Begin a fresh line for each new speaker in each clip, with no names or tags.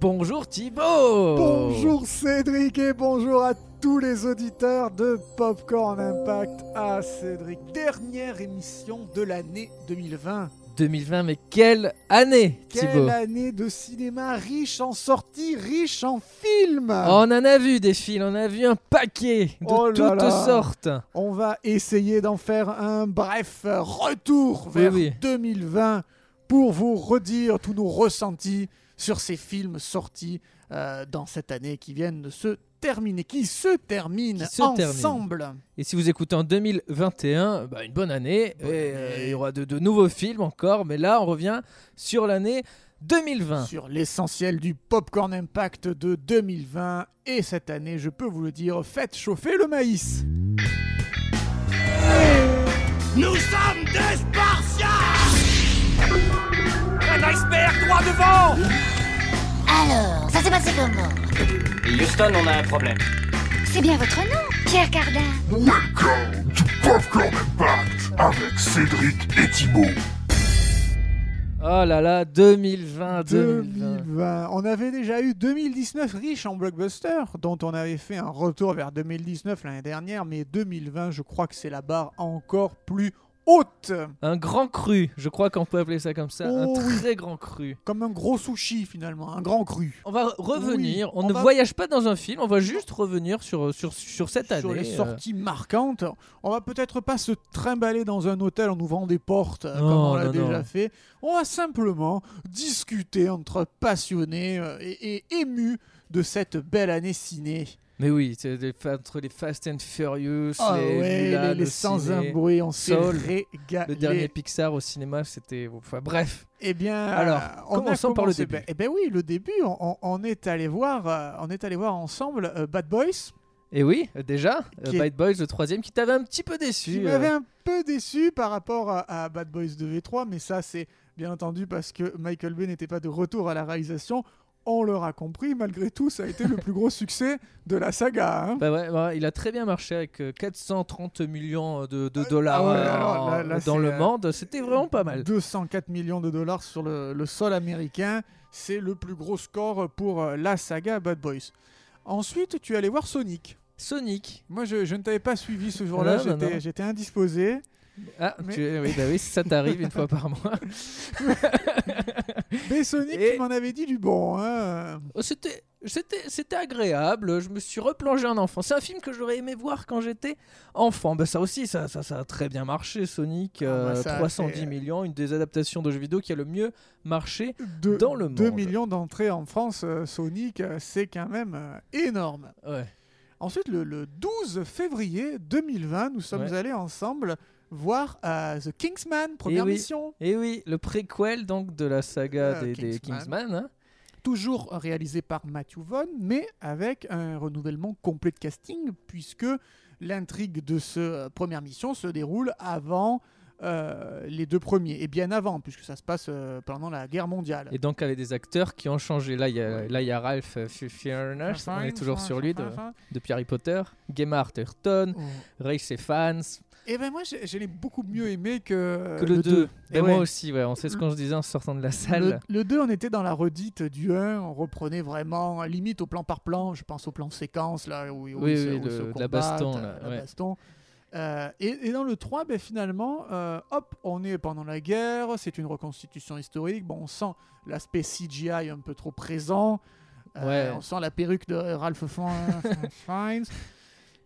Bonjour Thibaut
Bonjour Cédric et bonjour à tous les auditeurs de Popcorn Impact. Ah Cédric, dernière émission de l'année 2020.
2020, mais quelle année
Quelle
Thibaut
année de cinéma riche en sorties, riche en films
On en a vu des fils, on a vu un paquet de
Oh là
toutes
là.
sortes.
On va essayer d'en faire un bref retour vers
oui.
2020 pour vous redire tous nos ressentis sur ces films sortis euh, dans cette année qui viennent de se terminer, qui se terminent
Qui se terminent.
ensemble.
Et si vous écoutez en 2021, bah, une bonne année.
Bonne
et, euh,
année.
il y aura de, de nouveaux films encore, mais là on revient sur l'année 2020.
Sur l'essentiel du Popcorn Impact de 2020 et cette année, je peux vous le dire, faites chauffer le maïs.
Nous sommes des Spartiates Un iceberg droit devant
Alors, ça s'est passé comment
Houston, on a un problème.
C'est bien votre nom, Pierre Cardin.
Welcome to Popcorn Impact avec Cédric et Thibaut.
Oh là là, 2020, 2020.
2020. On avait déjà eu 2019 riche en blockbusters, dont on avait fait un retour vers 2019 l'année dernière, mais 2020, je crois que c'est la barre encore plus haute.
Un grand cru, je crois qu'on peut appeler ça comme ça. un
Oh oui.
très grand cru.
Comme un gros sushi finalement, un grand cru.
On va revenir,
Oui,
on,
on
ne
va-
voyage pas dans un film, on va juste revenir sur, sur, sur cette année.
Sur les
euh,
sorties marquantes, on va peut-être pas se trimballer dans un hôtel en ouvrant des portes, euh,
Non,
comme on l'a
non,
déjà
non.
fait. On va simplement discuter entre passionnés euh, et, et émus de cette belle année ciné.
Mais oui, c'est des- fa- entre les Fast and Furious,
Ah
les,
ouais,
Mulan
les, les
au
sans un
ciné,
bruit, on s'est
Soul,
régalé.
le dernier Pixar au cinéma, c'était. Enfin bref,
Eh bien,
Alors,
euh, on
commençons
a
par le
commencé-
début.
ben- Eh ben oui, le début, on, on- on est allé voir, euh, on est allé voir ensemble euh, Bad Boys,
et oui, euh, déjà, euh,
Qui est-
Bad Boys, le troisième, qui t'avait un petit peu
qui
déçu. euh,
m'avait un peu déçu par rapport à, à Bad Boys 2 et 3, mais ça c'est bien entendu parce que Michael Bay n'était pas de retour à la réalisation. On l'aura compris, malgré tout, ça a été le plus gros succès de la saga. hein.
bah ouais, bah, il a très bien marché avec euh, 430 millions de, de dollars
Ah, ouais,
euh,
alors,
en-
là- là,
dans
c'est,
le
euh,
monde, c'était vraiment pas mal.
204 millions de dollars sur le, le sol américain. C'est le plus gros score pour euh, la saga Bad Boys. Ensuite, tu es allé voir Sonic.
Sonic,
Moi, je, je ne t'avais pas suivi ce jour-là.
Ah, Non, non,
j'étais-
non.
J'étais indisposé.
ah,
Mais-
tu- oui, bah oui, ça t'arrive une fois par mois.
Mais Sonic,
Et-
tu m'en avais dit du bon. hein.
Oh, C'était, c'était, c'était agréable. Je me suis replongé en enfant. C'est un film que j'aurais aimé voir quand j'étais enfant. Bah, ça aussi, ça, ça, ça a très bien marché. Sonic,
Ah,
euh,
bah, ça,
310
c'est-
millions, une des adaptations de jeux vidéo qui a le mieux marché.
De-
Dans le
2
monde.
millions d'entrées en France, euh, Sonic, euh, c'est quand même euh, énorme.
Ouais.
Ensuite, le, le 12 février 2020, nous sommes
Ouais. Eh
allés ensemble voir euh, The Kingsman, première
oui.
mission.
Et oui, le préquel donc de la saga
Euh,
des, des
Kingsman.
Kingsman. hein.
toujours réalisé par Matthew Vaughn, mais avec un renouvellement complet de casting, puisque l'intrigue de ce euh, première mission se déroule avant euh, les deux premiers, et bien avant, puisque ça se passe euh, pendant la guerre mondiale.
Et donc avec des acteurs qui ont changé. Là, il y a,
Ouais.
là, il y a Ralph euh, Fi- Fiennes, on est toujours sur lui, de,
Et
depuis Harry Potter. Gemma Ayrton, Ray Stephens,
ben moi, j'ai- je l'ai beaucoup mieux aimé que,
que le 2.
Eh
Et moi
ouais.
aussi, ouais, on sait ce qu'on se disait en sortant de la salle.
Le, 2, on était dans la redite du 1, on reprenait vraiment, limite au plan par plan, je pense au plan séquence, là où, où
Oui,
ils se-
oui,
où ils
le-
se
de la
combattent,
baston,
euh,
là,
la
ouais.
baston. Euh, et, et dans le 3, ben, finalement, euh, hop, on est pendant la guerre, c'est une reconstitution historique, bon, on sent l'aspect CGI un peu trop présent, euh,
Ouais.
on sent la perruque de Ralph Fiennes, Fiennes.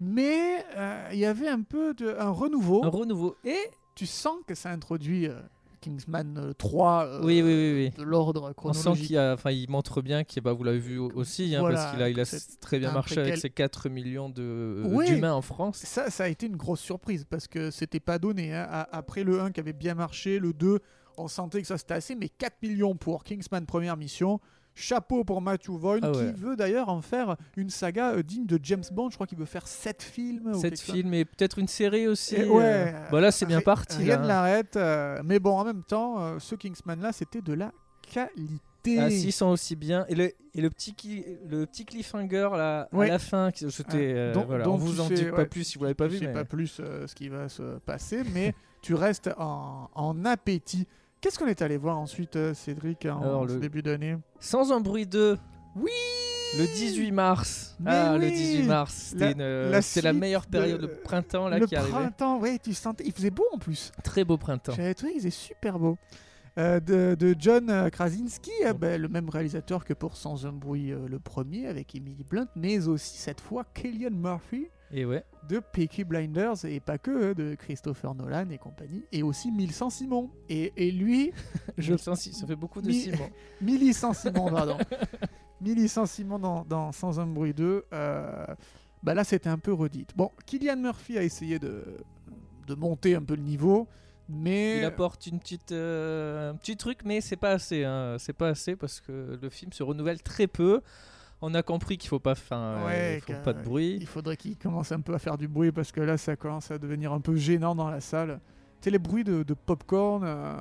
mais euh, il y avait un peu de, un renouveau,
Un renouveau. Et
tu sens que ça introduit euh, Kingsman euh, 3 euh,
Oui, oui, oui, oui.
de l'ordre
On sent qu'il
chronologique.
y a, enfin, il montre bien qu'il, bah, vous l'avez vu au- aussi, hein,
Voilà,
parce qu'il a, il a
c'est
très bien
un
marché avec
préquel.
ses 4 millions de- euh,
Oui.
d'humains en France.
Ça, ça a été une grosse surprise parce que c'était pas donné. hein. A- Après le 1 qui avait bien marché, le 2, on sentait que ça c'était assez, mais 4 millions pour Kingsman première mission. Chapeau pour Matthew Vaughn
Ah ouais.
qui veut d'ailleurs en faire une saga euh, digne de James Bond. Je crois qu'il veut faire 7 films. ou
7
quelque chose.
films et peut-être une série aussi.
Et
euh.
ouais,
Bah, là, c'est bien
Ri-
parti.
Rien
là,
ne
hein.
l'arrête. euh, mais bon, en même temps, euh, ce Kingsman là, c'était de la qualité.
Ah, s'ils sont aussi bien. Et le, et le, petit, qui- le petit cliffhanger là, à
Ouais.
la fin, qui- c'était,
Ah,
euh,
dont-
voilà,
dont
on vous
tu
en
sais,
dit pas
ouais,
plus si vous l'avez pas
tu
vu.
sais
mais-
pas plus euh, ce qui va se passer, mais tu restes en, en appétit. Qu'est-ce qu'on est allé voir ensuite, euh, Cédric, en
Alors,
ce
le-
début d'année
Sans un bruit 2,
Oui
Le 18 mars.
Mais
ah, le
oui
18 mars.
La-
C'était une- euh,
la
c'était la
suite
meilleure période
de-
de printemps là,
le
qui arrivait.
printemps, ouais, tu sentais. Il faisait beau en plus.
Très beau printemps.
J'avais trouvé qu'il faisait super beau. Euh, de, de John euh, Krasinski, euh, ben, le même réalisateur que pour Sans un bruit euh, le premier avec Emily Blunt, mais aussi cette fois Killian Murphy
Et ouais.
de Peaky Blinders et pas que hein, de Christopher Nolan et compagnie, et aussi 1100 Simon. Et, et lui,
Je
je
sens si ça fait beaucoup de hein.
Mi-
ciment.
1100 Simon, pardon. 1100 Simon dans, dans Sans un bruit 2. euh, bah là, c'était un peu redite. Bon, Killian Murphy a essayé de, de monter un peu le niveau, mais
Il apporte une petite, euh, un petit truc, mais c'est pas assez. hein. C'est pas assez parce que le film se renouvelle très peu. On a compris qu'il faut pas, enfin, euh,
Ouais,
il faut
que-
pas de bruit.
il faudrait qu'il commence un peu à faire du bruit parce que là, ça commence à devenir un peu gênant dans la salle. Tu sais, les bruits de, de popcorn euh,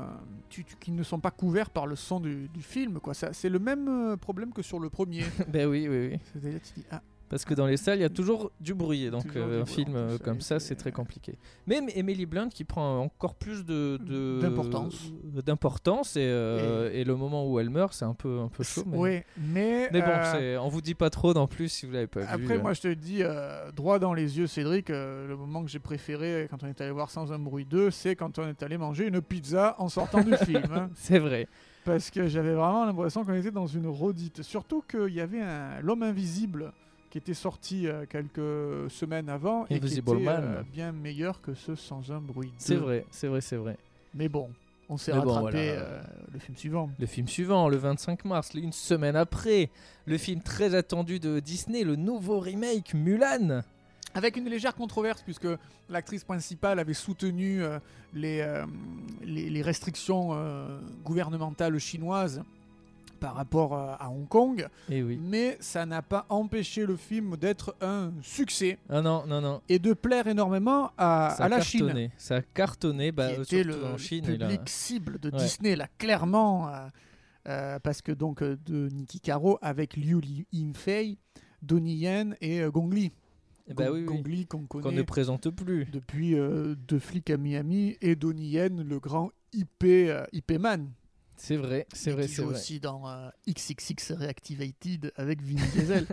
tu- tu- qui ne sont pas couverts par le son du, du film, quoi. Ça- C'est le même euh, problème que sur le premier.
ben oui, oui, oui.
C'est-à-dire, tu dis, ah,
Parce que dans les salles, il y a toujours du bruit. et Donc,
Toujours
euh,
du
un
bruit,
film
en plus,
euh, comme
oui,
ça,
c'est-
c'est très compliqué. Même Emily Blunt qui prend encore plus de de-
D'importance.
d'importance et, euh, et le moment où elle meurt, c'est un peu un peu chaud. Mais,
ouais, mais.
mais bon,
euh,
c'est- on vous dit pas trop non plus si vous l'avez pas vu. hein.
Après, moi, je te dis, euh, droit dans les yeux, Cédric, euh, le moment que j'ai préféré euh, quand on est allé voir Sans un bruit 2, c'est quand on est allé manger une pizza en sortant du film. hein.
c'est vrai.
Parce que j'avais vraiment l'impression qu'on était dans une redite. Surtout qu'il y avait un L'Homme Invisible qui était sorti euh, quelques semaines avant et qui était
Invisible Man.
euh, bien meilleur que ce Sans un bruit 2.
C'est vrai, c'est vrai, c'est vrai.
Mais bon, on s'est
Mais bon,
rattrapé
voilà.
euh, le film suivant.
Le film suivant, le 25 mars, une semaine après, le film très attendu de Disney, le nouveau remake Mulan.
Avec une légère controverse, puisque l'actrice principale avait soutenu euh, les, euh, les, les restrictions euh, gouvernementales chinoises par rapport euh, à Hong Kong,
Et Eh oui.
mais ça n'a pas empêché le film d'être un succès.
Ah non, non, non.
et de plaire énormément à,
Ça
à
a
la
cartonné.
Chine.
Ça a cartonné, bah,
qui
euh,
était
surtout
le
en Chine. il a-
public cible de
Ouais.
Disney, là, clairement. euh, euh, parce que donc, euh, de Niki Caro avec Liu Li- Yinfei, Donnie Yen et euh, Gong Li.
Eh bah
Gong-
oui, oui.
Gong Li qu'on
qu'on
connaît
ne présente plus.
depuis euh, Deux flics à Miami et Donnie Yen, le grand IP, euh, IP man.
C'est vrai, c'est
Et
vrai,
qui
c'est
joue
vrai.
aussi dans euh, XXX Reactivated avec Vin Diesel.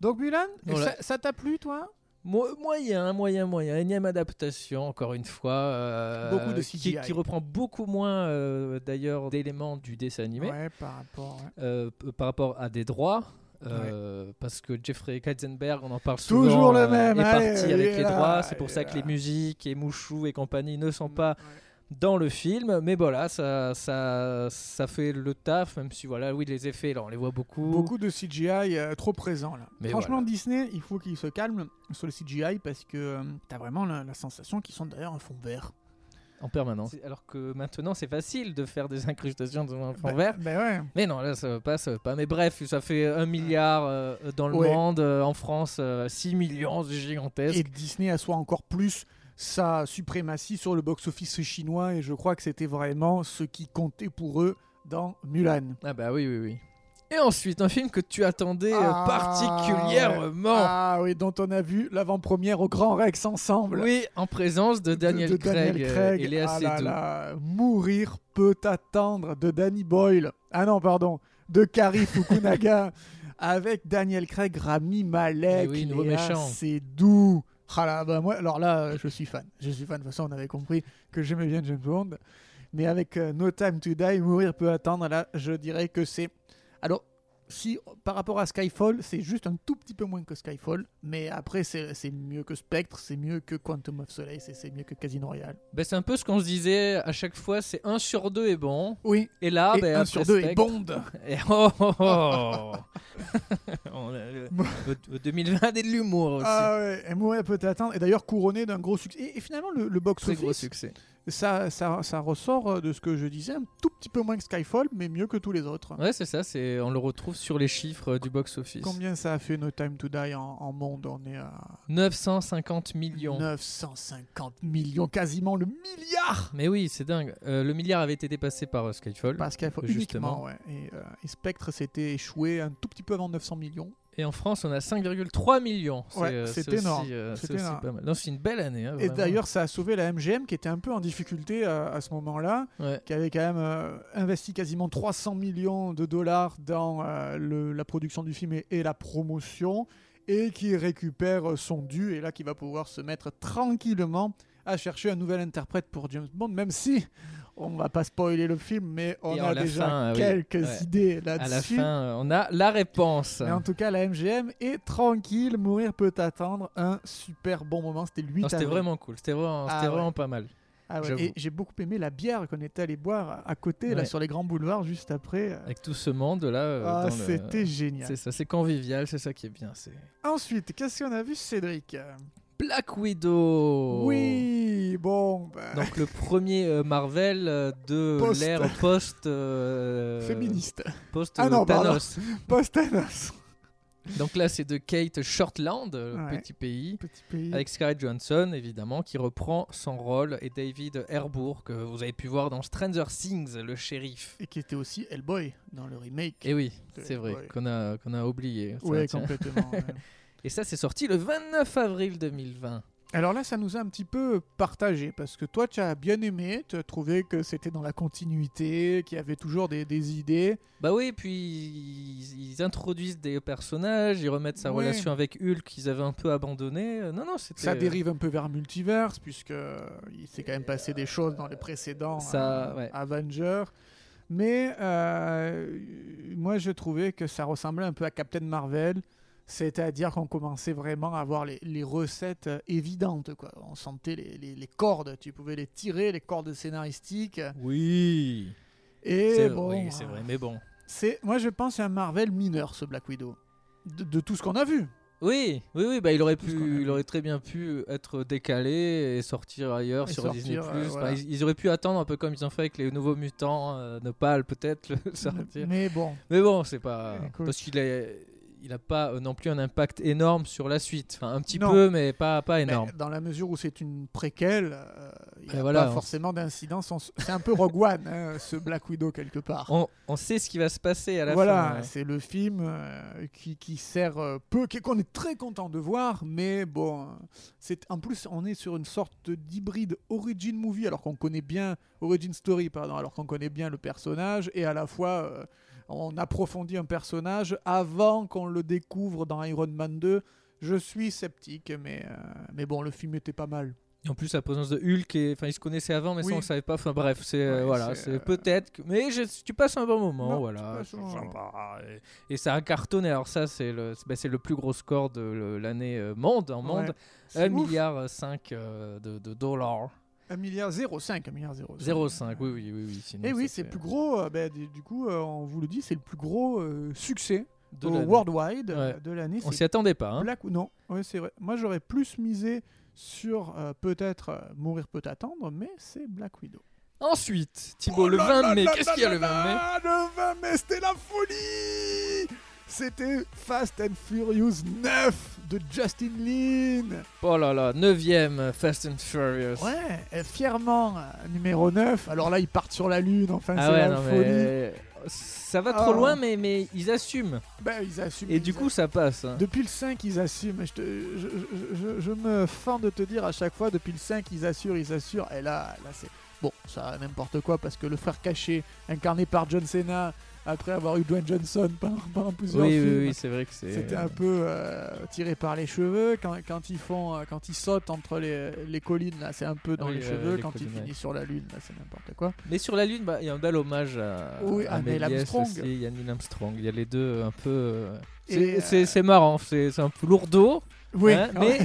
donc, Mulan, et
Voilà.
ça- ça t'a plu, toi
Mo- moyen, moyen, moyen. Énième adaptation, encore une fois. euh,
Beaucoup de
qui-
CGI.
Qui, reprend beaucoup moins, euh, d'ailleurs, d'éléments du dessin animé
Ouais, par rapport. ouais.
euh, p- par rapport à des droits. euh, Parce que Jeffrey Katzenberg, on en parle souvent,
Toujours le
euh,
même,
est
allez,
parti
il
avec
est
les
là,
droits. C'est
il
pour
est
ça que
là. Mm.
les musiques et Mouchou et compagnie ne sont pas
Ouais.
dans le film. Mais voilà, ça, ça, ça fait le taf, même si voilà, oui, les effets, là, on les voit beaucoup.
Beaucoup de CGI euh, trop présent là.
Mais
Franchement, Disney, il faut qu'ils se calment sur le CGI parce que euh, t'as vraiment la, la sensation qu'ils sont derrière un fond vert.
En permanence. C'est- Alors que maintenant, c'est facile de faire des incrustations dans un fond
Bah-
vert.
bah ouais.
Mais non, là, ça va pas, ça va pas. Mais bref, ça fait un milliard euh, dans le
Ouais.
monde, euh, en France, euh, 6 millions, c'est gigantesque.
Et Disney assoit encore plus sa suprématie sur le box-office chinois et je crois que c'était vraiment ce qui comptait pour eux dans Mulan.
Ah bah oui, oui, oui. Et ensuite, un film que tu attendais euh,
Ah,
particulièrement.
Ah oui, dont on a vu l'avant-première au Grand Rex ensemble.
oui, en présence de Daniel,
de
Craig,
Daniel
euh,
Craig.
et Léa
Ah là
Seydoux.
là, Mourir peut attendre de Danny Boyle. Ah non, pardon, de Kari Fukunaga avec Daniel Craig, Rami Malek,
Eh oui, nouveau méchant.
c'est doux. Ah là, bah moi, alors là, euh, je suis fan. Je suis fan. De toute façon, on avait compris que j'aimais bien James Bond, mais avec euh, No Time to Die, Mourir peut attendre. Là, je dirais que c'est. Alors, si par rapport à Skyfall, c'est juste un tout petit peu moins que Skyfall, mais après c'est c'est mieux que Spectre, c'est mieux que Quantum of Solace et c'est mieux que Casino Royale.
Bah, c'est un peu ce qu'on se disait à chaque fois, c'est 1 sur 2 est bon.
Oui.
Et là,
et
bah,
un
après
sur deux est
Spectre-
Bond.
Et oh, oh, oh. On a le- au- au 2020 et de l'humour aussi.
Ah ouais, et Mourir peut attendre. Et d'ailleurs couronné d'un gros succès. Et, et finalement le, le box
Très gros
office,
succès.
ça, ça ça ressort euh, de ce que je disais, un tout petit peu moins que Skyfall, mais mieux que tous les autres.
Ouais, c'est ça, c'est on le retrouve sur les chiffres euh, du box office.
Combien ça a fait No Time to Die en, en monde On est à
950 millions.
950 millions, quasiment le milliard.
Mais oui, c'est dingue. Euh, le milliard avait été dépassé par euh, Skyfall.
Parce qu'il faut
Justement.
uniquement, ouais. Et, euh, et Spectre s'était échoué un tout petit peu avant 900 millions.
Et en France, on a 5,3 millions. C'est,
Ouais,
euh,
c'est
aussi,
énorme.
euh,
C'est
c'est aussi
énorme.
pas mal. Non, c'est une belle année. hein,
Et
vraiment.
d'ailleurs, ça a sauvé la MGM qui était un peu en difficulté euh, à ce moment-là,
Ouais.
qui avait quand même euh, investi quasiment 300 millions de dollars dans euh, le- la production du film et, et la promotion, et qui récupère euh, son dû, et là qui va pouvoir se mettre tranquillement à chercher un nouvel interprète pour James Bond, même si on va pas spoiler le film, mais on
Et en
a
la
déjà
fin, euh, oui.
quelques
Ouais.
idées
à la
là-dessus.
fin, euh, on a la réponse.
Mais en tout cas, la MGM est tranquille, mourir peut attendre. Un super bon moment. C'était lui.
Non, c'était vraiment cool. C'était vraiment,
Ah
c'était
ouais.
vraiment pas mal.
Ah ouais,
J'avoue.
Et j'ai beaucoup aimé la bière qu'on était allé boire à côté, là,
Ouais.
sur les grands boulevards, juste après.
Avec tout ce monde là. euh,
Ah,
dans le-
c'était génial.
C'est ça, c'est convivial, c'est ça qui est bien. C'est
Ensuite, qu'est-ce qu'on a vu, Cédric
Black Widow.
Oui, bon, bah,
Donc le premier euh, Marvel euh, de
Post.
l'ère post euh,
féministe.
post euh,
Ah non, pardon.
Thanos.
Post-Thanos.
Donc là c'est de Kate Shortland, euh,
Ouais.
petit pays.
Petit pays.
Avec Scarlett Johansson, évidemment, qui reprend son rôle, et David Herbourg, que vous avez pu voir dans Stranger Things, le shérif.
Et qui était aussi Hellboy dans le remake.
Et oui,
Eh C'est
c'est vrai,
vrai.
qu'on a, qu'on a oublié. Eh ça,
Ouais,
tiens.
complètement. ouais.
Et ça, c'est sorti le 29 avril 2020.
Alors là, ça nous a un petit peu partagé, parce que toi, tu as bien aimé, tu as trouvé que c'était dans la continuité, qu'il y avait toujours des, des idées.
Bah oui, puis ils, ils introduisent des personnages, ils remettent sa
Ouais.
relation avec Hulk qu'ils avaient un peu abandonnée. Euh, Non, non, c'était...
Ça dérive un peu vers multiverse, puisque euh, il s'est quand même passé des choses dans les précédents
Ça,
euh,
ouais.
Avengers. Mais euh, moi, je trouvais que ça ressemblait un peu à Captain Marvel. C'est-à-dire qu'on commençait vraiment à avoir les, les recettes euh, évidentes. Quoi. On sentait les, les- les cordes, tu pouvais les tirer, les cordes scénaristiques.
Oui
Et
C'est
Eh bon, euh,
oui, c'est vrai, mais bon.
C'est, moi, je pense, un Marvel mineur, ce Black Widow. De, de tout ce qu'on a vu.
Oui, oui, oui, bah il aurait
Tout ce qu'on a
pu, il
vu.
aurait très bien pu être décalé et sortir ailleurs
Et
sur
sortir,
Disney+.
euh,
Enfin,
voilà.
ils, ils auraient pu attendre un peu comme ils ont fait avec les nouveaux mutants, euh, Nopal peut-être le sortir.
Mais bon,
Mais bon, c'est pas
Mm. Écoute.
parce qu'il est, il a pas euh, non plus un impact énorme sur la suite. Enfin, un petit
Non.
peu, mais pas pas
mais
énorme.
dans la mesure où c'est une préquelle, euh, il n'y
Et
a
voilà,
pas
on-
forcément d'incidence. On s- C'est un peu Rogue One, hein, ce Black Widow, quelque part.
On, on sait ce qui va se passer à la
voilà,
fin. ouais.
c'est le film euh, qui, qui sert euh, peu, qui- qu'on est très content de voir, mais bon, c'est en plus on est sur une sorte d'hybride origin movie, alors qu'on connaît bien origin story, pardon, alors qu'on connaît bien le personnage et à la fois euh, on approfondit un personnage avant qu'on le découvre dans Iron Man 2. Je suis sceptique, mais euh, mais bon, le film était pas mal.
Et en plus, la présence de Hulk, et... enfin, ils se connaissaient avant, mais
Oui.
ça, on le savait pas. Enfin, bref, c'est euh,
Ouais,
voilà,
c'est,
c'est
euh,
peut-être. que- Mais je- tu passes un bon moment,
Non, tu
voilà.
passes un bon
c'est
moment.
sympa. Et, et ça a cartonné. Alors ça, c'est le, c'est- bah, c'est le plus gros score de le- l'année euh, monde en monde,
Ouais. C'est
1,5
ouf.
milliard cinq, euh, de, de dollars.
Un milliard 0,5, un milliard 0,5.
0,5. Oui, oui, oui, oui. sinon,
Et Eh oui,
ça
c'est le
fait,
plus gros, euh, ben, du du coup, euh, on vous le dit, c'est le plus gros euh, succès
euh, de
au
l'année.
worldwide euh,
Ouais.
de l'année.
On
c'est
s'y attendait pas. hein.
Black Non, ouais, c'est vrai. Moi, j'aurais plus misé sur euh, peut-être euh, Mourir peut attendre, mais c'est Black Widow. Oh
Ensuite, Thibaut, le 20 mai. Qu'est-ce qu'il y a le 20 mai
Le 20 mai, c'était la folie C'était Fast and Furious 9 de Justin Lin.
Oh là là, 9ème Fast and Furious.
Ouais, et fièrement, euh, numéro 9. Alors là, ils partent sur la lune, enfin,
Ah
c'est
ouais,
la
non,
folie.
mais ça va trop
Ah.
loin, mais, mais ils assument.
Ben, ils assument.
Et du
ils
coup, ça passe. hein.
Depuis le 5, ils assument. Je, te- je- je- je- je me fends de te dire à chaque fois, depuis le 5, ils assurent, ils assurent. Et là, là c'est. Bon, ça n'importe quoi, parce que le frère caché, incarné par John Cena, après avoir eu Dwayne Johnson pendant, pendant plusieurs
Oui,
films,
oui, oui, c'est vrai que c'est.
c'était un peu euh, tiré par les cheveux. Quand, quand ils font, euh, quand ils sautent entre les, les collines, là, c'est un peu dans
Oui,
les
euh,
cheveux.
les
quand
collines,
ils
ouais.
finissent sur la lune, là, c'est n'importe quoi.
Mais sur la Lune, bah, il y a un bel hommage à,
Oui, à Neil
Méliès
Armstrong.
aussi, Il y a Neil Armstrong. Il y a les deux un peu. euh,
Et,
C'est
euh,
c'est- c'est marrant, c'est c'est un peu lourdeau,
Oui, Ah
Hein, mais-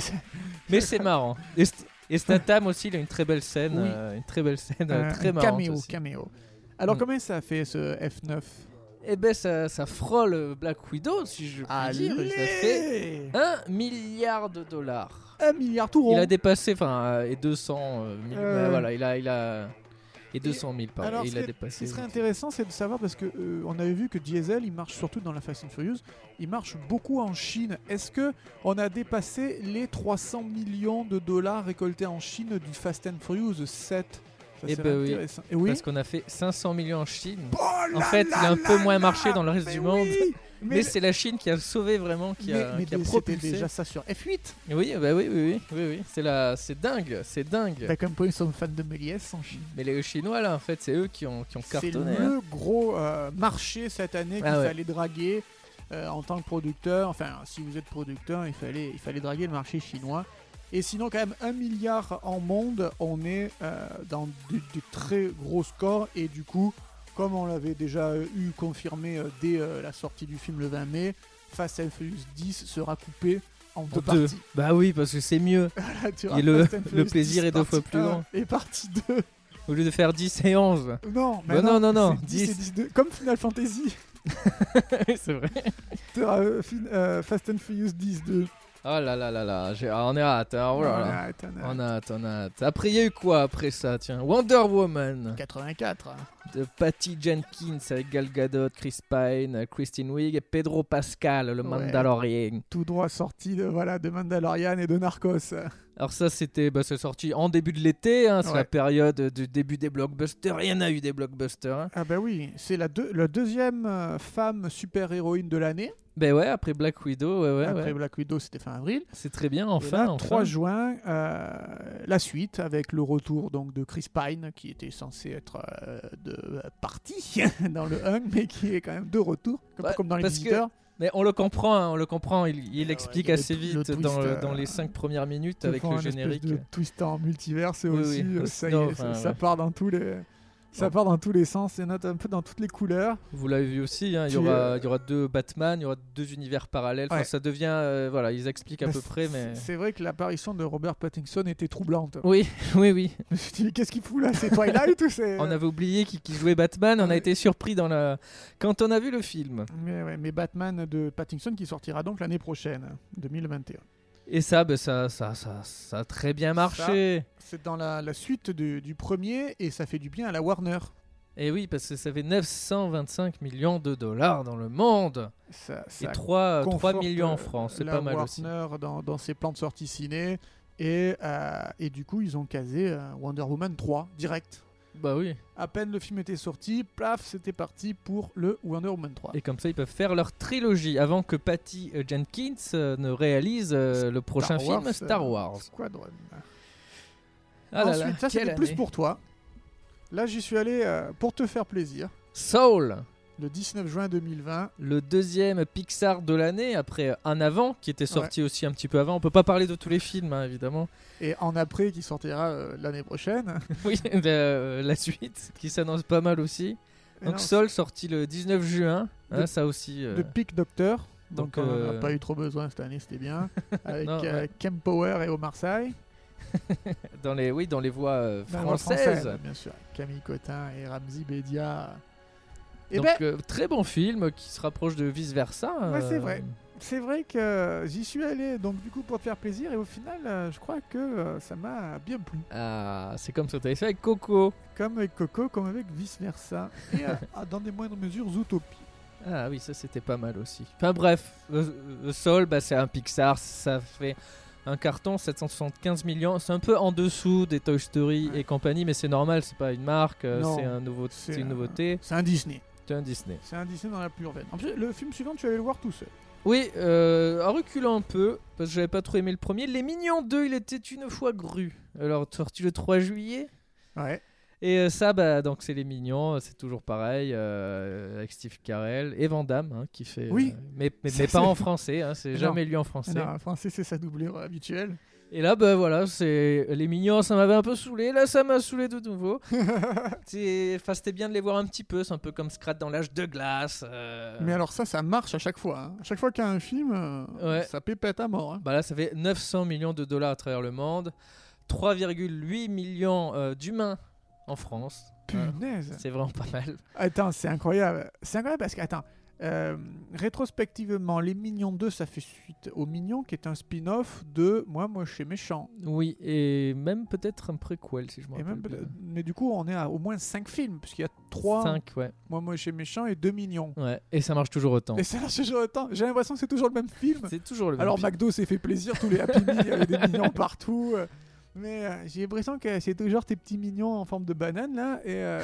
mais c'est marrant. Et, St- et Statham aussi, il a une très belle scène,
Oui.
euh, une très belle scène, euh,
un-
très
un
marrante.
caméo,
aussi.
caméo. Alors,
Mm.
comment ça a fait ce F9
Eh ben, ça, ça frôle euh, Black Widow, si je puis dire. et Ça fait
Allez
1 milliard de dollars.
Un milliard tout rond.
Il a dépassé, enfin, euh, et 200 euh, 000,
Oh. Euh.
ouais, voilà, il a, il a, et 200 000, pardon,
Alors,
et
ce
il a
qui est- Ce
dépassé. euh.
qui serait intéressant, c'est de savoir parce que euh, on avait vu que Diesel, il marche surtout dans la Fast and Furious, il marche beaucoup en Chine. Est-ce que on a dépassé les 300 millions de dollars récoltés en Chine du Fast and Furious 7 Ça
Eh
serait
ben oui.
intéressant. Et oui.
Parce qu'on a fait 500 millions en Chine.
Oh
En
là
fait, il a
là
un peu
là
moins
là
marché dans le reste
Mais
du monde.
oui
Mais, c'est la Chine qui a sauvé vraiment, qui a,
mais- mais
qui a
c'était
propulsé.
déjà ça sur F8.
Oui, bah oui, oui, oui, oui, oui. C'est la... c'est dingue, c'est dingue.
Bah, comme quoi ils sont fans de Méliès en Chine.
Mais les Chinois, là, en fait, c'est eux qui ont, qui ont
C'est
cartonné. hein.
le gros euh, marché cette année qu'il
Ah ouais.
fallait draguer euh, en tant que producteur. Enfin, si vous êtes producteur, il fallait, il fallait draguer le marché chinois. Et sinon, quand même, un milliard en monde, on est euh, dans de, de très gros scores. Et du coup, comme on l'avait déjà euh, eu confirmé euh, dès euh, la sortie du film le 20 mai, Fast and Furious 10 sera coupé en deux
En deux.
parties.
Bah oui, parce que c'est mieux.
Voilà, tu
Et
auras
le-
Fast and
le
Furious
plaisir
10
est deux fois
partie
plus
1
grand.
Et partie 2.
Au lieu de faire 10 et 11.
Non, mais
Bah non, non, non,
c'est 10 et
10.
10, comme Final Fantasy.
c'est vrai.
T'auras, euh, fin- euh, Fast and Furious 10 2.
Oh là là là là, j'ai- ah, on est hâte. hein, oh là là.
Arrête, arrête.
On a hâte, on a hâte. Après, il y a eu quoi après ça Tiens, Wonder Woman
84. hein.
de Patty Jenkins avec Gal Gadot, Chris Pine, Christine Wiig et Pedro Pascal, le
Ouais.
Mandalorien.
Tout droit sorti de, voilà, de Mandalorian et de Narcos.
Alors ça, c'était bah, c'est sorti en début de l'été, hein, c'est
Ouais.
la période du début des blockbusters. Il y en a eu des blockbusters. hein.
Ah bah oui, c'est la, deux- la deuxième euh, femme super-héroïne de l'année.
Ben ouais, après Black Widow, ouais, ouais,
Après
ouais.
Black Widow, c'était fin avril.
C'est très bien,
et
enfin.
là,
enfin.
3 juin, euh, la suite avec le retour donc de Chris Pine, qui était censé être euh, de euh, parti dans le 1, mais qui est quand même de retour, comme,
Ouais,
comme dans les
parce que-
visiteurs.
Mais on le comprend, hein, on le comprend. Il, il
Ouais,
explique
il y a le
assez
tw-
vite
le twist,
dans, le-
euh,
dans les cinq premières minutes
Te
avec
font
le
un espèce
générique.
de twist en multivers et
Oui,
aussi
oui.
euh, ça, y
Non,
est, ça-
enfin,
ça
ouais.
part dans tous les ça
Ouais.
part dans tous les sens et note un peu dans toutes les couleurs
Vous l'avez vu aussi, hein, il, y
Tu,
aura,
euh,
il y aura deux Batman, il y aura deux univers parallèles. Enfin,
Ouais.
ça devient, euh, voilà, ils expliquent à
Bah,
peu
c'est-
près, mais. Oh.
c'est vrai que l'apparition de Robert Pattinson était troublante
Oui, oui, oui.
je me suis dit mais qu'est-ce qu'il fout là c'est Twilight ou c'est
On avait oublié qu'il qu'il jouait Batman, on a
Ouais.
été surpris dans la... quand on a vu le film.
mais, ouais, mais Batman de Pattinson qui sortira donc l'année prochaine 2021
Et ça, ben, ça, ça, ça, ça a très bien marché.
c'est dans la, la suite du, du premier et ça fait du bien à la Warner
Et oui, parce que ça fait 925 millions de dollars dans le monde.
ça,
Et
ça
3,
conforte,
millions en
euh,
France, c'est
la
pas mal aussi.
Warner Dans, dans ses plans de sortie ciné. Et, euh, et du coup, ils ont casé euh, Wonder Woman 3 direct.
Bah oui.
À peine le film était sorti, plaf, c'était parti pour le Wonder Woman 3.
Et comme ça, ils peuvent faire leur trilogie avant que Patty euh, Jenkins euh, ne réalise euh, le prochain
Star Wars,
film Star
euh,
Wars.
Squadron.
Ah là
Ensuite,
là,
ça c'était
quelle
plus
année.
pour toi. Là, j'y suis allé euh, pour te faire plaisir.
Soul,
Le 19 juin 2020.
le deuxième Pixar de l'année après Un avant qui était sorti aussi un petit peu avant. On peut pas parler de tous les films hein, évidemment.
Et en après, qui sortira euh, l'année prochaine.
Oui, de, euh, la suite qui s'annonce pas mal aussi.
Et
Donc
non,
Soul sorti le 19 juin, hein,
De-
ça aussi. euh,
de Pic Docteur. Donc,
Donc,
on n'a
euh,
pas eu trop besoin cette année, c'était bien. Avec
Non,
euh,
ouais.
Kem Power et Omar Sy.
Dans les, oui, dans les voix euh,
La voix
françaises.
française, bien sûr. Camille Cotin et Ramzi Bedia. Et
Donc
ben,
euh, très bon film qui se rapproche de euh, vice versa.
Ouais, c'est vrai. c'est vrai que j'y suis allé, donc du coup pour te faire plaisir, et au final, euh, je crois que euh, ça m'a bien plu.
Ah, c'est comme ça que t'avais fait avec Coco.
Comme avec Coco, comme avec Vice Versa, et euh, ah, dans des moindres mesures Zootopie.
Ah oui, ça c'était pas mal aussi. Enfin bref, euh, euh, Sol, bah, c'est un Pixar, ça fait un carton, 775 millions. C'est un peu en dessous des Toy Story
Ouais.
et compagnie, mais c'est normal, c'est pas une marque, euh,
Non,
c'est un nouveau, c'est une
un-
nouveauté,
C'est un Disney.
c'est un Disney.
C'est un Disney dans la pure veine. En plus, le film suivant, tu allais le voir tout seul.
Oui, euh, en reculant un peu, parce que j'avais pas trop aimé le premier, Les Mignons 2, il était une fois gru. Alors, sorti le 3 juillet.
Ouais.
Et euh, ça, bah, donc c'est les mignons, euh, c'est toujours pareil, euh, avec Steve Carell et Van Damme hein, qui fait.
Oui.
euh, mais mais,
Ça,
mais pas
c'est-
en français, hein, c'est
Non.
jamais lui en français.
Non, en français, c'est sa doublure euh, habituelle.
Et là, bah voilà, c'est les mignons, ça m'avait un peu saoulé, là ça m'a saoulé de nouveau. C'est- enfin, C'était bien de les voir un petit peu, c'est un peu comme Scrat dans l'âge de glace. euh.
Mais alors, ça, ça marche à chaque fois. hein. À chaque fois qu'il y a un film, euh,
Ouais.
ça pépète à mort. hein.
Bah là, ça fait 900 millions de dollars à travers le monde, 3,8 millions euh, d'humains en France. Hein,
Punaise!
c'est vraiment pas mal.
Attends, c'est incroyable. C'est incroyable parce que, attends, euh, rétrospectivement, Les Mignons 2, ça fait suite aux Mignons, qui est un spin-off de Moi, moi, je suis méchant.
Oui, et même peut-être un préquel, si je me
Et
rappelle
même,
bien.
peut- mais du coup, on est à au moins 5 films, puisqu'il y a 3
Cinq, ouais.
Moi, moi, je suis méchant et 2 Mignons.
Ouais, et ça marche toujours autant.
Et ça marche toujours autant. J'ai l'impression que c'est toujours le même film.
C'est toujours le même.
Alors,
film.
McDo s'est fait plaisir, tous les Happy Meal, il y avait des Mignons partout. euh, Mais euh, j'ai l'impression que c'est toujours tes petits mignons en forme de banane là. Et, euh,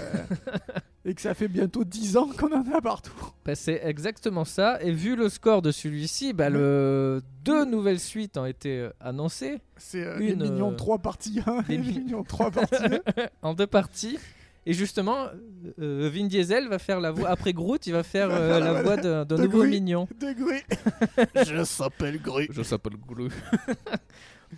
et que ça fait bientôt 10 ans qu'on en a partout.
Bah, c'est exactement ça. Et vu le score de celui-ci, bah, le... deux nouvelles suites ont été euh, annoncées
C'est euh,
Une,
les Mignons
euh,
3 partie 1
les
et
mi-
hein, les Mignons 3 partie 2.
en deux parties. Et justement, euh, Vin Diesel va faire la voix. Après Groot, il va faire euh,
faire la
la
voix
voix d'un d'un
de
nouveau
Groot.
mignon.
De Gru. Je s'appelle Gru.
Je s'appelle Groot.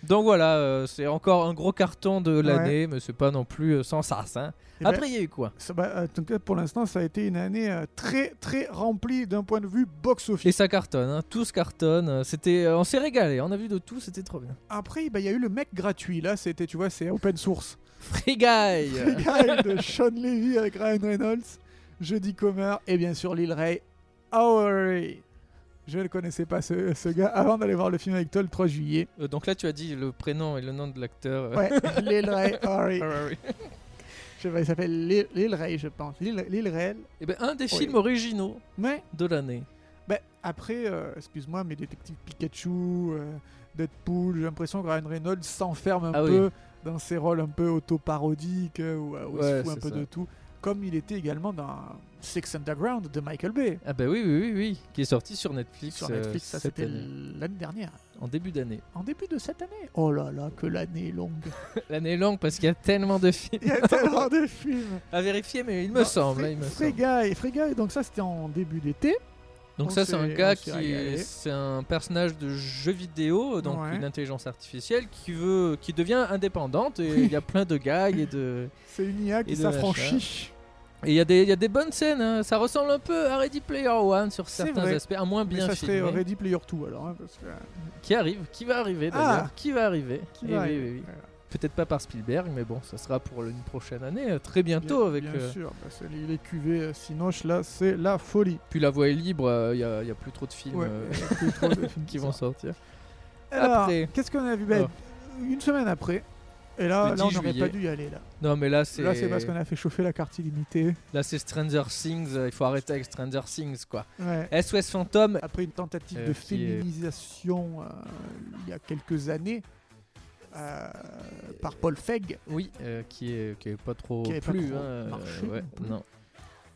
Donc voilà, euh, c'est encore un gros carton de l'année, mais c'est pas non plus euh, sans sarcin.
Eh ben,
Après, il y a eu quoi
ça, bah, euh, en tout cas, pour l'instant, ça a été une année euh, très très remplie d'un point de vue
Et
box-office.
ça cartonne, hein, tout se cartonne. euh, C'était, euh, on s'est régalé, on a vu de tout, c'était trop bien.
Après, bah, il y a eu le mec gratuit. Là, c'était, tu vois, c'est open source.
Free Guy
Le gars de Sean Levy avec Ryan Reynolds, Jodie Comer et bien sûr Lil Ray Howery. Je ne le connaissais pas ce, ce gars avant d'aller voir le film avec toi le 3 juillet.
Euh, Donc là, tu as dit le prénom et le nom de l'acteur. euh,
Ouais, Lil Ray Howery.
Harari.
Je sais pas, il s'appelle Lil, Lil Ray, je pense. Lil, Lil Ray.
Eh ben, un des
Oui.
films originaux
Mais
de l'année.
bah, après, euh, excuse-moi, mais Détective Pikachu, euh, Deadpool, j'ai l'impression que Ryan Reynolds s'enferme un
Ah oui.
peu dans ses rôles un peu autoparodiques euh, où, euh, où il
Ouais,
se fout un
c'est
peu
ça.
de tout. Comme il était également dans Six Underground de Michael Bay.
Ah bah oui, oui, oui, oui, qui est sorti sur Netflix.
sur
euh,
Netflix, ça
cette
c'était
année.
l'année dernière,
en début d'année.
en début de cette année. Oh là là, que l'année est longue.
L'année est longue parce qu'il y a tellement de films
Il y a tellement de films.
à vérifier, mais il me semble. hein, il me semble.
Frégga et Frégga, donc ça c'était en début d'été.
Donc
On
ça, c'est un
s'est- on
gars qui
s'est régalé.
est, c'est un personnage de jeu vidéo, donc
Ouais.
une intelligence artificielle qui veut, qui devient indépendante. Et il y a plein de gars et de,
C'est une IA qui
Et de
s'affranchit.
et il y a des, il y a des bonnes scènes. hein. Ça ressemble un peu à Ready Player One sur
C'est
certains
vrai.
aspects, à moins
Mais
bien
ça serait
filmé.
euh, Ready Player 2 alors. hein, parce que, euh,
Qui arrive, qui va arriver d'ailleurs,
Ah.
qui va arriver.
qui
Eh
va,
oui,
euh,
oui, oui.
voilà.
Peut-être pas par Spielberg, mais bon, ça sera pour une prochaine année, euh, très
Bien-
bientôt avec.
Bien
euh,
sûr, bah, c'est les, les cuvées euh, Sinoche là, c'est la folie.
Puis la voie est libre, il n'y a, y a plus trop de films
Ouais,
euh,
il y a plus trop de films
qui vont
sortent.
sortir.
Alors,
Après. Oh.
qu'est-ce qu'on a vu Ben, Une semaine après. Et là,
Le
là on
10
n'aurait pas
juillet.
dû y aller. Là,
Non, mais là, c'est.
là c'est parce qu'on a fait chauffer la carte illimitée.
Là, c'est Stranger Things, euh, il faut arrêter avec Stranger Things, quoi.
Ouais.
SOS Fantôme,
après une tentative
Euh,
de
qui est-
féminisation euh, il y a quelques années euh, par Paul Feig.
oui, euh, qui, est, qui est pas trop
Qui avait pas
plu.
trop
hein,
marché
ouais,
non plus.
non.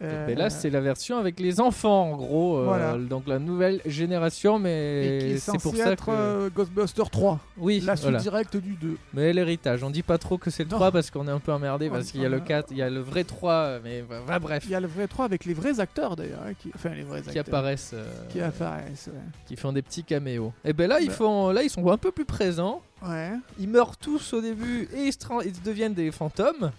euh,
Mais ben là, c'est la version avec les enfants, en gros. euh,
Voilà.
Donc la nouvelle génération,
et qui
mais
est
c'est
censé
pour ça
être
que.
euh, Ghostbuster 3,
Oui,
la suite
voilà.
directe du 2.
Mais l'héritage, on dit pas trop que c'est le
Non. Oh,
3 parce qu'on est un peu emmerdé,
On-
parce qu'il y a le
on-
4, il y a le vrai 3, mais va, va, bref,
Il y a le vrai 3 avec les vrais acteurs d'ailleurs, hein, qui... enfin les vrais
qui
acteurs
apparaissent. euh,
qui apparaissent. ouais.
qui font des petits caméos. Et ben là, ils
Bah.
font, là, ils sont un peu plus présents.
Ouais.
Ils meurent tous au début et ils, se tran- ils deviennent des fantômes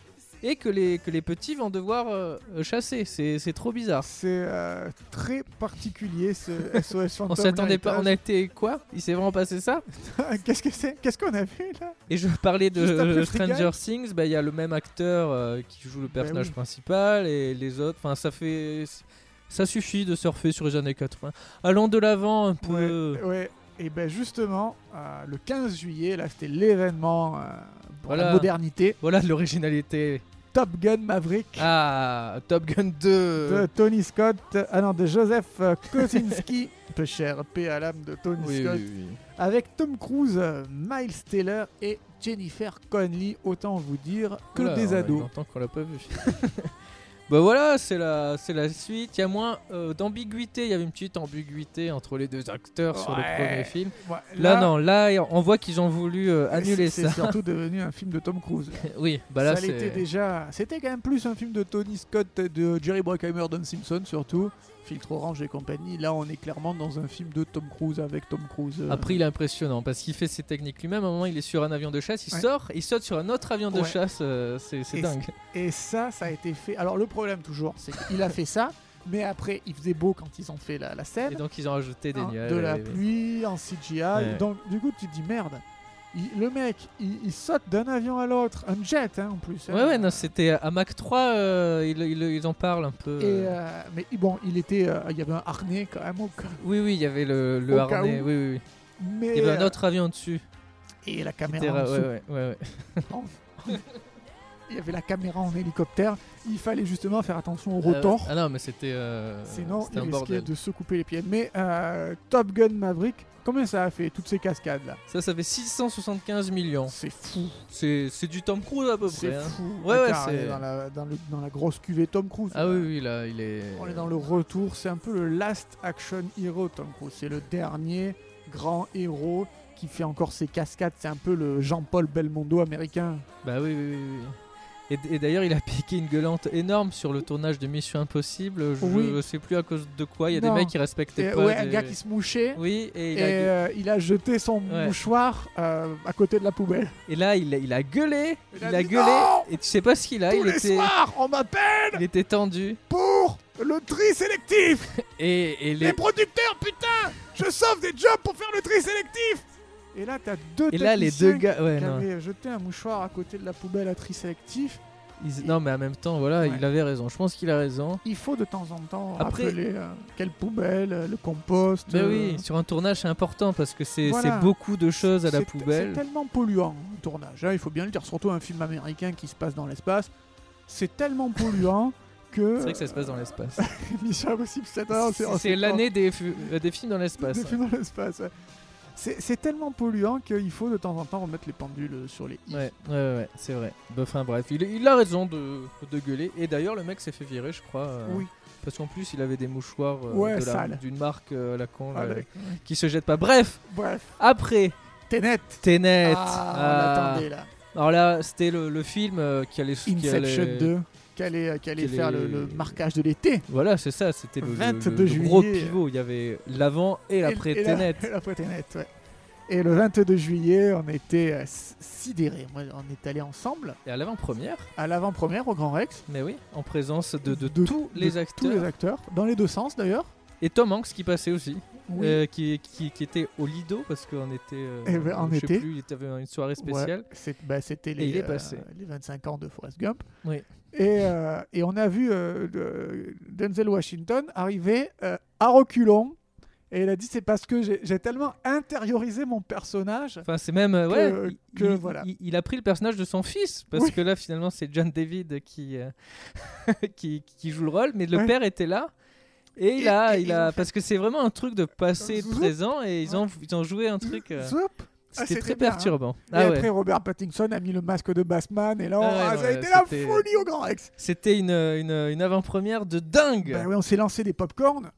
et que les, que les petits vont devoir euh, chasser. C'est c'est trop bizarre.
C'est euh, très particulier ce SOS Phantom.
On s'attendait pas. On
l'héritage.
a été quoi Il s'est vraiment passé ça
Qu'est-ce que c'est Qu'est-ce qu'on a vu là
Et je parlais de
Juste après
euh,
Free Bah
Stranger Things. Bah, il y a le même acteur euh, qui joue le personnage
oui.
principal et les autres. Enfin, ça fait. Ça suffit de surfer sur les années 80. Allons de l'avant un peu.
Ouais, ouais. Et ben justement, euh, le 15 juillet, là c'était l'événement euh, pour la
Voilà.
modernité.
Voilà de l'originalité.
Top Gun Maverick
Ah, Top Gun 2.
de Tony Scott, ah non, de Joseph euh, Kosinski, peu cher, paix à l'âme de Tony
Oui,
Scott,
oui, oui.
avec Tom Cruise, euh, Miles Taylor et Jennifer Connelly, autant vous dire que
Oula, oh,
des
on a eu
ados.
longtemps qu'on l'a pas vu. bah voilà, c'est la, c'est la suite. Il y a moins euh, d'ambiguïté. Il y avait une petite ambiguïté entre les deux acteurs sur le
Ouais.
premier film.
Ouais,
Là, non, là on voit qu'ils ont voulu euh,
c'est-
annuler
c'est
ça.
surtout devenu un film de Tom Cruise.
oui, bah là
ça l'était
c'est.
déjà. C'était quand même plus un film de Tony Scott, et de Jerry Bruckheimer, Don Simpson surtout. Filtre Orange et compagnie. Là, on est clairement dans un film de Tom Cruise avec Tom Cruise. euh,
Après, il est impressionnant parce qu'il fait ses techniques lui-même. À un moment, il est sur un avion de chasse, il
Ouais.
sort, il saute sur un autre avion de
Ouais.
chasse. euh, c'est c'est
Et
dingue.
Et ça, ça a été fait. Alors, le problème, toujours, c'est qu'il a fait ça, mais après, il faisait beau quand ils ont fait la, la
Et
scène.
donc, ils ont rajouté des
hein,
nuages.
de la
et-
pluie, en CGI.
Ouais.
Donc, du coup, tu te dis merde. il- le mec, il, il saute d'un avion à l'autre. Un jet, hein, en plus. hein.
Ouais, ouais, non, c'était à Mac 3, euh, ils, ils- ils en parlent un peu.
Et,
euh.
euh, mais bon, il était. euh, il y avait un harnais quand même. au cas-
Oui, oui, il y avait le, le
au cas
harnais.
où.
Oui, oui, oui.
Mais, euh,
Il y avait un autre avion dessus.
Et la
Terra-
caméra. en
ouais,
dessous.
ouais, ouais, ouais.
En- il y avait la caméra en hélicoptère. Il fallait justement faire attention au
Ah ouais.
rotor.
Ah non, mais c'était. euh,
Sinon,
c'était
il
un
risquait
bordel.
de se couper les pieds. Mais euh, Top Gun Maverick, combien ça a fait toutes ces cascades là
Ça, ça fait 675 millions.
C'est fou.
C'est c'est du Tom Cruise à peu
C'est
près. hein.
fou.
Ouais, ouais,
Car on est
c'est-
dans, la, dans le- dans la grosse cuvée Tom Cruise.
Ah oui, oui, là, il est.
On est dans le retour. C'est un peu le last action hero Tom Cruise. C'est le dernier grand héros qui fait encore ses cascades. C'est un peu le Jean-Paul Belmondo américain.
Bah oui, oui, oui. oui. Et, d- et d'ailleurs, il a piqué une gueulante énorme sur le tournage de Mission Impossible. Je
Oui.
sais plus à cause de quoi. Il y a
Non.
des mecs qui respectaient
Et-
pas.
ouais, un
des-
gars qui se mouchait.
Oui, et, il
et
a gueulé.
euh, il a jeté son
Ouais.
mouchoir euh, à côté de la poubelle.
Et là, il a, il a gueulé.
Il
Il,
a
a,
dit
gueulé.
non
et tu sais pas ce qu'il a.
Tous
Ah, Il
les
était,
soirs, on m'appelle
il était tendu.
pour le tri sélectif.
Et, et les-
Les producteurs, putain Je sauve des jobs pour faire le tri sélectif Et là, t'as deux
et là, les
techniciens
deux gars. Ouais,
qui
non.
avaient jeté un mouchoir à côté de la poubelle à tri sélectif.
Ils- non, mais en même temps, voilà,
Ouais.
il avait raison. Je pense qu'il a raison.
Il faut de temps en temps
Après-
rappeler euh, quelle poubelle, euh, le compost.
Mais
euh,
oui, sur un tournage, c'est important parce que c'est
Voilà.
c'est beaucoup de choses à la
c'est-
poubelle.
C'est tellement polluant, le tournage, hein, il faut bien le dire. Surtout un film américain qui se passe dans l'espace. C'est tellement polluant que.
C'est vrai que ça se passe dans l'espace.
euh, Mission Impossible 7, hein,
C'est- c'est
on s'est-
l'année des, fu- euh, des films dans l'espace.
Des
hein.
films dans l'espace, ouais. C'est c'est tellement polluant qu'il faut de temps en temps remettre les pendules euh, sur les i.
Ouais, ouais, ouais, ouais, c'est vrai. Bah, Enfin bref, il, il a raison de, de gueuler. Et d'ailleurs, le mec s'est fait virer, je crois. euh,
Oui.
Parce qu'en plus, il avait des mouchoirs euh,
Ouais, Ah,
de la-
sales.
d'une marque euh, à la con là,
Allez.
qui se jette pas. Bref,
Bref,
après
Tenet.
Tenet.
Ah,
Ah.
on l'attendait là.
Alors là, c'était le, le film euh, qui allait qui
Inception
allait-
2, qui allait, qui allait
Qui
euh, faire le,
allait-
le marquage de l'été.
Voilà, c'est ça, c'était le, le- le-
22
le gros
juillet.
pivot. Il y avait l'avant et
Et-
l'après
et la-
Tenet.
et L'après Tenet, ouais. Et le 22 juillet, on était euh, s- sidérés. Moi, on est allé ensemble
Et à l'avant-première,
à l'avant-première au Grand Rex.
mais oui, en présence de, de
De-
tous
de
les acteurs.
Tous les acteurs, dans les deux sens d'ailleurs.
Et Tom Hanks qui passait aussi.
Oui.
Euh, qui, qui, qui était au Lido parce qu'on était euh,
Eh ben, en
je sais
été.
plus, il y avait une soirée
Ouais,
spéciale.
c'est- bah, C'était les,
il est
euh,
passé.
les 25 ans de Forrest Gump.
Oui.
Et, euh, et on a vu euh, le- Denzel Washington arriver euh, à reculons. Et il a dit c'est parce que j'ai j'ai tellement intériorisé mon personnage.
Enfin, c'est même euh,
Que-
ouais, il-
que
il,
voilà.
il- il a pris le personnage de son fils parce
Oui.
que là finalement c'est John David qui, euh, qui qui joue le rôle, mais le
Ouais.
père était là. Et il a,
Et- et
il
ils
a,
ont fait-
parce que c'est vraiment un truc de passé,
Zoup.
présent, et ils ont, ils ont joué un truc. euh,
Zoup. Ah,
C'était
c'était
très
bien, hein.
perturbant.
et
Ah ouais.
après Robert Pattinson a mis le masque de Batman et là on-
Ah ouais,
ah,
non,
ça a
là,
été la
c'était-
folie au Grand Rex.
C'était une, une, une avant-première de dingue.
Bah ouais, on s'est lancé des popcorn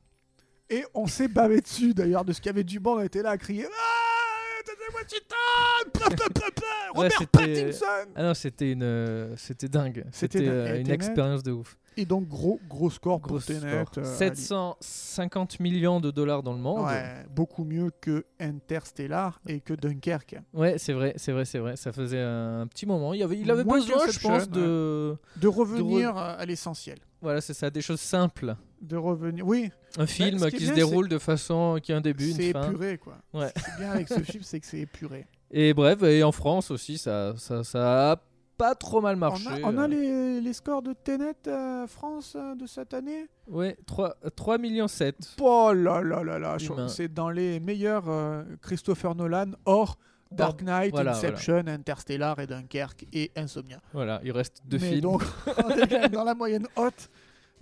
et on s'est bavé dessus d'ailleurs de ce qu'il y avait du bon. On était là à crier ah, Denzel Washington, Pla, pla, pla, pla,
Ouais,
Robert
c'était-
Pattinson.
Ah non, c'était une, euh, c'était dingue.
C'était
C'était
dingue.
euh,
Et
une
Tenet,
expérience de ouf.
Et donc gros gros score
Gros
pour Tenet.
score.
euh,
750 millions de dollars dans le monde.
Ouais, beaucoup mieux que Interstellar et que Dunkerque.
Ouais, c'est vrai, c'est vrai, c'est vrai. Ça faisait un petit moment. Il, y avait, il avait
Moins
besoin, je
qu'Inception,
pense, de.
De revenir euh, à l'essentiel.
Voilà, c'est ça, des choses simples.
De revenir. Oui,
Un film
ce qui est
qui se
bien,
déroule de façon. qui a un début,
c'est
une fin.
épuré quoi.
Ouais.
Ce qui est bien avec ce film, c'est que c'est épuré.
Et bref, et en France aussi, ça, ça, ça a pas trop mal
On a-
marché. euh.
On a, les, les scores de Tenet euh, France euh, de cette année
Ouais, 3, 3 millions 7.
Oh là là là là, je-
Humain.
c'est dans les meilleurs euh, Christopher Nolan hors Dark Knight,
voilà,
Inception, Interstellar et Dunkerque et Insomnia.
Voilà, il reste deux
Mais
films.
donc, on est quand même dans la moyenne haute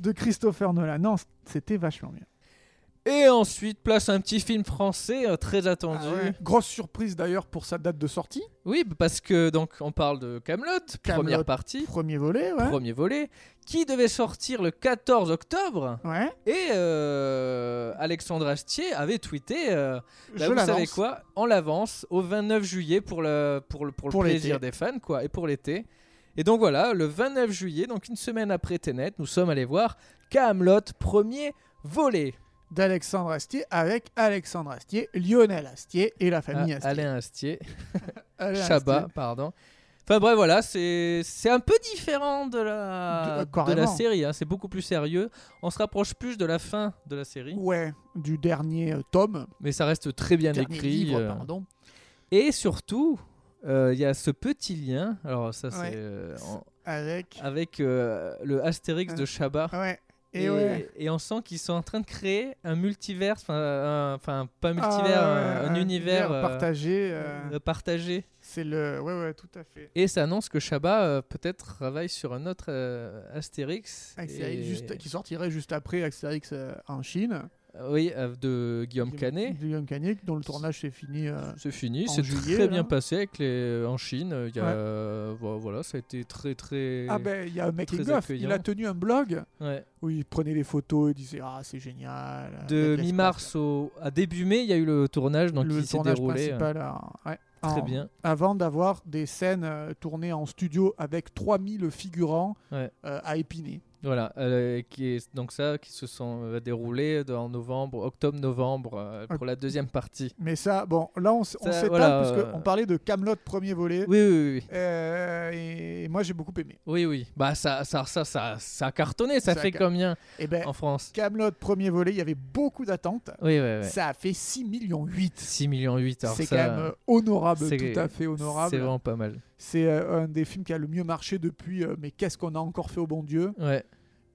de Christopher Nolan. Non, c'était vachement bien.
Et ensuite, place un petit film français euh, très attendu.
Ah ouais. Grosse surprise d'ailleurs pour sa date de sortie.
Oui, parce que donc on parle de Camelot,
Kaamelott.
première partie,
Premier volet, ouais.
premier volet, qui devait sortir le 14 octobre.
Ouais.
Et euh, Alexandre Astier avait tweeté, euh, bah,
je
vous savez
l'avance.
quoi, on l'avance au 29 juillet pour le, pour le, pour le
Pour l'été.
plaisir des fans, quoi, et pour l'été. Et donc voilà, le 29 juillet, donc une semaine après Tenet, nous sommes allés voir Camelot, premier volet.
D'Alexandre Astier avec Alexandre Astier, Lionel Astier et la famille
Ah,
Astier.
Alain Astier,
Alain Astier.
Chabat, pardon. Enfin bref, voilà, c'est c'est un peu différent de
De- euh,
la, de,
carrément.
la série, hein, c'est beaucoup plus sérieux. On se rapproche plus de la fin de la série,
Ouais, du dernier euh, tome,
mais ça reste très bien
dernier
écrit.
livre,
euh,
pardon.
Et surtout, euh, il y a ce petit lien, alors ça c'est
Ouais.
euh, en-
Avec.
avec euh, le Astérix
Euh,
de Chabat.
Ouais. Et, ouais.
et on sent qu'ils sont en train de créer un multivers, enfin, un- enfin, pas multivers,
Ah,
un, un univers euh,
partagé. euh,
euh, partagé.
C'est le. Ouais, ouais, tout à fait.
Et ça annonce que Shaba euh, peut-être travaille sur un autre euh, Astérix.
Astérix
et-
Ah, juste- qui sortirait juste après Astérix euh, en Chine.
Euh, Oui, euh, de Guillaume Canet.
De Guillaume Canet, dont le tournage s'est fini. euh,
C'est fini,
en
c'est
juillet,
très
là.
bien passé avec les... en Chine. euh, il Y a... vo- Voilà, ça a été très très.
Ah ben, il y a un making
très
of. Il
accueillant.
a tenu un blog
Ouais.
où il prenait les photos et disait ah c'est génial. il y a
De
l'espace.
mi-mars au... à début mai, il y a eu le tournage donc
le
qui s'est
tournage
déroulé euh,
principal. Ah. en- ouais,
très
en-
bien.
Avant d'avoir des scènes euh, tournées en studio avec 3000 figurants
Ouais.
euh, à épiner.
Voilà, euh, qui est donc ça qui se sont euh, déroulés dans- en novembre, octobre-novembre euh, pour la deuxième partie.
Mais ça, bon, là on, s- on
Ça,
s'étale
voilà,
parce
euh,
qu'on parlait de Camelot premier volet.
Oui, oui, oui.
Euh, et moi j'ai beaucoup aimé.
Oui, oui. Bah, ça, ça, ça, ça, ça a cartonné. Ça,
Ça a
fait
car-
combien
Et ben
en France
Camelot premier volet, il y avait beaucoup d'attentes.
Oui, oui, oui.
Ça a fait 6 millions 8.
6 millions 8. alors
C'est
ça,
quand même euh, honorable,
c'est-
tout à fait
C'est
honorable.
vraiment pas mal.
C'est euh, un des films qui a le mieux marché depuis. euh, mais qu'est-ce qu'on a encore fait au bon Dieu
Ouais.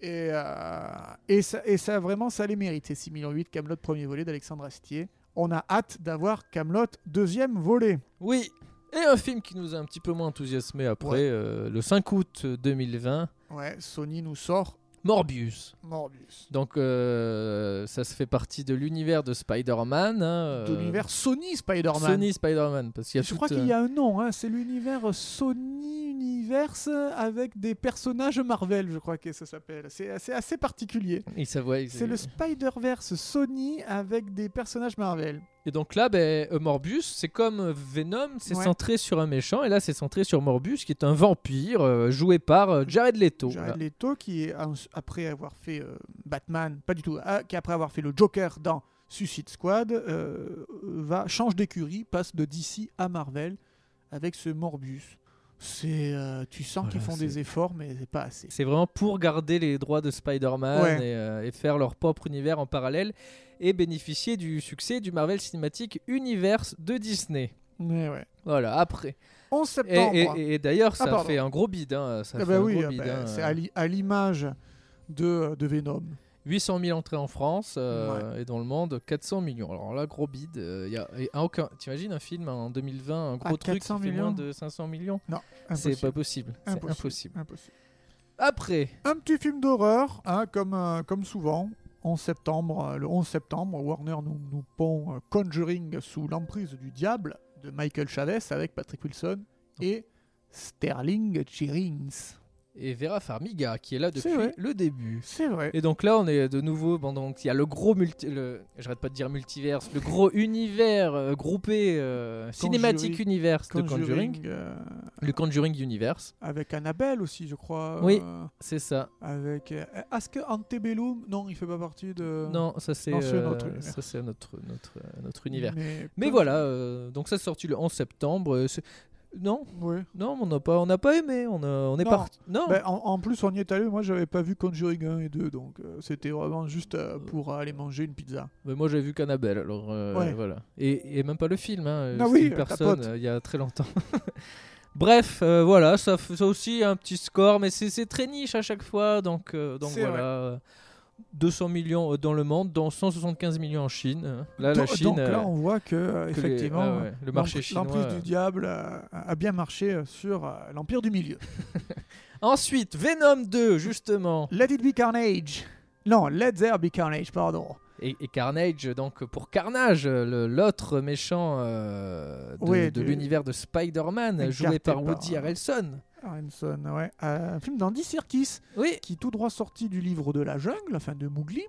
Et, euh, et, ça, et ça, vraiment, ça les mérite, ces 6 millions 8, Camelot premier volet d'Alexandre Astier. On a hâte d'avoir Camelot deuxième volet.
Oui. Et un film qui nous a un petit peu moins enthousiasmé après,
Ouais.
euh, le 5 août 2020,
Ouais, Sony nous sort
Morbius.
Morbius.
Donc, euh, ça se fait partie de l'univers de Spider-Man. hein,
De
euh,
l'univers Sony Spider-Man.
Sony Spider-Man. Parce qu'il y a
Je crois
toute,
qu'il y
euh,
a un nom, hein, c'est l'univers Sony Universe avec des personnages Marvel, je crois que ça s'appelle. C'est assez, assez particulier.
il s'avoue-
C'est le Spider-Verse Sony avec des personnages Marvel.
Et donc là, ben, euh, Morbius, c'est comme euh, Venom, c'est
Ouais.
centré sur un méchant, et là, c'est centré sur Morbius, qui est un vampire euh, joué par euh, Jared Leto.
Jared Leto qui est en- après avoir fait euh, Batman, pas du tout, ah, qui après avoir fait le Joker dans Suicide Squad, euh, va change d'écurie, passe de DC à Marvel avec ce Morbius. C'est, euh, tu sens qu'ils
Voilà,
font
c'est-
des efforts, mais c'est pas assez.
C'est vraiment pour garder les droits de Spider-Man
Ouais.
et, euh, et faire leur propre univers en parallèle et bénéficier du succès du Marvel Cinematic Universe de Disney.
Mais ouais.
Voilà, après.
11
Et,
septembre.
et- et- et d'ailleurs, ça
Ah, pardon.
fait un gros bide. hein, ça
Ah
fait
bah
un
oui,
gros
ah
bide,
bah,
hein.
c'est à l'i- à l'image de, de Venom.
800 000 entrées en France euh, et dans le monde 400 millions. Alors là, gros bide. euh, y a, et à aucun. T'imagines un film en 2020, un gros truc
400
qui fait moins
Ah, millions
de 500 millions C'est
Impossible.
pas possible. C'est impossible.
Impossible.
Après,
Un petit film d'horreur, hein, comme, euh, comme souvent. 11 septembre, euh, le 11 septembre, Warner nous, nous pond euh, Conjuring sous l'emprise du diable de Michael Chavez avec Patrick Wilson et Sterling Cheerings.
et Vera Farmiga qui est là
C'est
depuis
vrai.
le début.
C'est vrai.
Et donc là, on est de nouveau. Bon, donc il y a le gros multi, le, j'arrête pas de dire multiverse, le gros univers euh, groupé euh, cinématique universe de Conjuring,
euh,
le Conjuring Universe.
avec Annabelle aussi, je crois.
Oui.
euh,
C'est ça.
avec. euh, Est-ce que Antebellum Non, il fait pas partie de.
non, ça c'est,
non, c'est un
euh,
autre univers. Mm.
ça c'est notre notre euh, notre univers.
Mais,
Mais voilà, euh, donc ça c'est sorti le 11 septembre. euh, c'est- non,
Ouais.
non, on n'a pas, on n'a pas aimé. On, a- on est
Non.
parti. Non,
Ben, en, en plus, on y est allé. Moi, j'avais pas vu Conjuring 1 et 2, donc euh, c'était vraiment juste euh, pour aller manger une pizza.
Mais moi j'avais vu qu'Annabelle, alors euh,
Ouais.
voilà. Et, et même pas le film, hein,
Ah
c'était
oui,
une
ta
personne
pote.
euh, il y a très longtemps. Bref, euh, voilà, ça, f- ça aussi un petit score, mais c'est c'est très niche à chaque fois, donc, euh, donc
C'est
voilà. euh, 200 millions euh, dans le monde, dont 175 millions en Chine. Là, la
donc,
Chine,
donc
euh,
là, on voit que, euh,
que les-
effectivement,
ah ouais, le marché
l'empr-
chinois.
l'emprise
euh.
du diable euh, a bien marché euh, sur euh, l'empire du milieu.
Ensuite, Venom 2, justement.
Let it be Carnage. Non, let there be Carnage, pardon.
Et, et Carnage, donc pour Carnage, le- l'autre méchant euh, de,
Ouais,
de
du-
l'univers de Spider-Man,
Écarté
joué par
par-
Woody Harrelson.
Aronson, ouais. Euh, un film d'Andy Serkis.
Oui,
qui, tout droit sorti du livre de la jungle, enfin de Mowgli,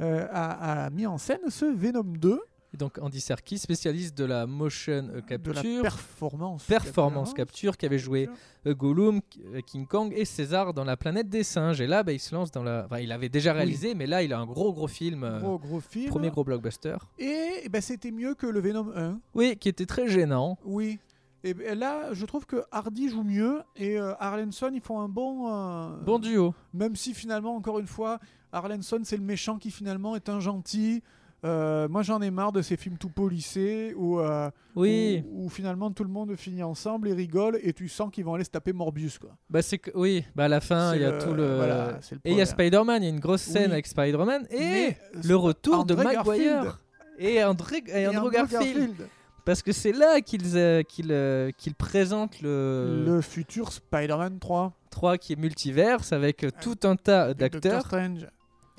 euh, a, a mis en scène ce Venom 2
Et donc Andy Serkis, spécialiste de la motion euh, capture,
de la performance.
performance capture, qui avait joué euh, Gollum, K- euh, King Kong et César dans La planète des singes. Et là, bah, il se lance dans la. Enfin, il avait déjà réalisé, mais là, il a un gros gros film, euh,
Gros, gros film.
premier gros blockbuster.
Et, eh ben, c'était mieux que le Venom 1.
Oui, qui était très gênant.
Oui. Et ben, là, je trouve que Hardy joue mieux et euh, Arlenson, ils font un bon. euh,
Bon duo.
Même si finalement, encore une fois, Arlenson, c'est le méchant qui finalement est un gentil. Euh, moi, j'en ai marre de ces films tout polissés où, euh,
Oui,
où, où finalement tout le monde finit ensemble et rigole et tu sens qu'ils vont aller se taper Morbius. Quoi.
bah c'est que oui, bah à la fin
C'est
il y a
le- euh,
tout le
voilà, c'est le
et il y a
problème.
Spider-Man, il y a une grosse scène
Oui.
avec Spider-Man et
Mais, euh,
le retour de
André
Maguire
Garfield.
et André et
Et
Andrew
Andrew
Garfield. parce que c'est là qu'ils euh, qu'ils euh, qu'ils présentent le,
Le futur Spider-Man 3.
3 qui est multiverse avec euh, tout un tas
du Doctor
d'acteurs
Strange.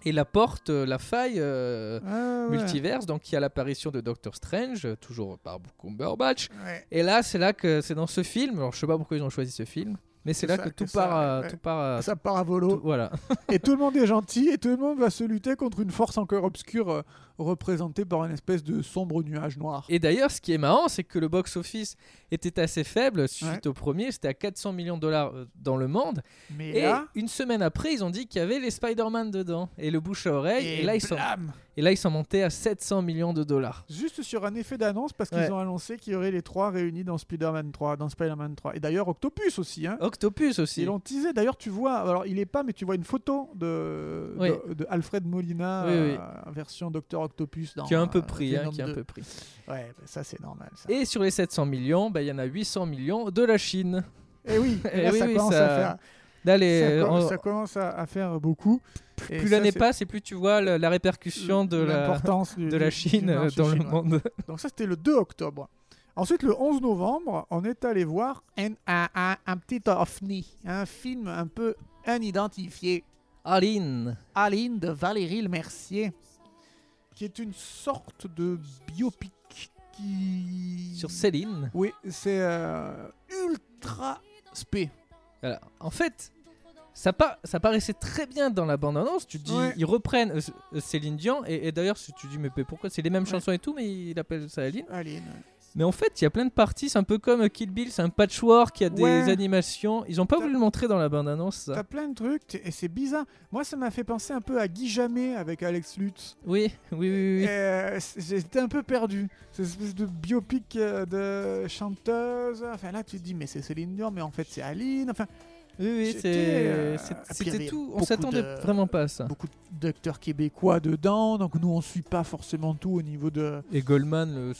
et la porte euh, la faille euh,
Ah, ouais.
multiverse donc il y a l'apparition de Doctor Strange euh, toujours par Cumberbatch
Ouais.
et là c'est là que c'est dans ce film alors je sais pas pourquoi ils ont choisi ce film mais c'est là
C'est ça,
que
que
tout
ça,
part euh,
ouais.
tout part euh,
Ça part à
tout-
volo.
voilà
et tout le monde est gentil et tout le monde va se lutter contre une force encore obscure euh, représentée par une espèce de sombre nuage noir.
et d'ailleurs ce qui est marrant c'est que le box office était assez faible suite
Ouais.
au premier c'était à 400 millions de dollars euh, dans le monde
Mais
et
là,
une semaine après ils ont dit qu'il y avait les Spider-Man dedans et le bouche à oreille et,
et
là ils sont
blam
et là ils sont montés à 700 millions de dollars
Juste sur un effet d'annonce parce
Ouais.
qu'ils ont annoncé qu'il y aurait les trois réunis dans Spider-Man 3, dans Spider-Man 3. Et d'ailleurs Octopus aussi hein.
Octopus aussi.
Ils l'ont teasé. D'ailleurs, tu vois, alors il est pas, mais tu vois une photo de,
Oui.
de, de Alfred Molina,
Oui, oui.
euh, version Docteur Octopus. Dans,
Qui est un peu
euh,
pris, hein,
Venom
qui est un
2.
peu pris.
Ouais, bah, ça c'est normal. Ça. Et,
Et sur les 700 millions, bah, il y en a 800 millions de la Chine.
oui,
Eh
là,
oui,
ça
oui,
commence
ça-
à faire.
Là,
ça
les-
com-
on-
ça commence à, à faire beaucoup. Et
plus
ça,
l'année
c'est
passe et plus tu vois le- la répercussion de la,
l'importance du-
de la
du-
Chine
du
euh,
marché
dans le
chinois.
monde.
Donc ça, c'était le 2 octobre. Ensuite, le 11 novembre, on est allé voir un, un- un- un petit ovni, un film un peu inidentifié,
Aline.
Aline de Valérie Le Mercier, qui est une sorte de biopic qui...
Sur Céline.
Oui, c'est euh, ultra spé.
Voilà. En fait, ça, pa- ça paraissait très bien dans la bande-annonce. Tu te dis,
Ouais.
ils reprennent euh, C- euh, Céline Dion. Et, et d'ailleurs, si tu te dis, mais pourquoi C'est les mêmes chansons et tout, mais ils appellent ça Aline.
Aline.
Mais en fait, il y a plein de parties. C'est un peu comme euh, Kill Bill. C'est un patchwork. Il y a des
Ouais.
animations. Ils n'ont pas
T'as-
voulu le montrer dans la bande-annonce. ça.
T'as plein de trucs t- et c'est bizarre. Moi, ça m'a fait penser un peu à Guy Jamais avec Alex Lutz.
Oui, oui, oui, oui.
Euh, c- J'étais un peu perdu. Cette espèce de biopic euh, de chanteuse. Enfin là, tu te dis, mais c'est Céline Dion, mais en fait c'est Aline. Enfin,
Oui, oui,
C'était,
c'est-
euh,
c'est-
puis il y
c'était
avait
tout. On
beaucoup
s'attendait
de-
vraiment pas à ça.
beaucoup d'acteurs québécois dedans, donc nous on suit pas forcément tout au niveau de.
Et Goldman, le-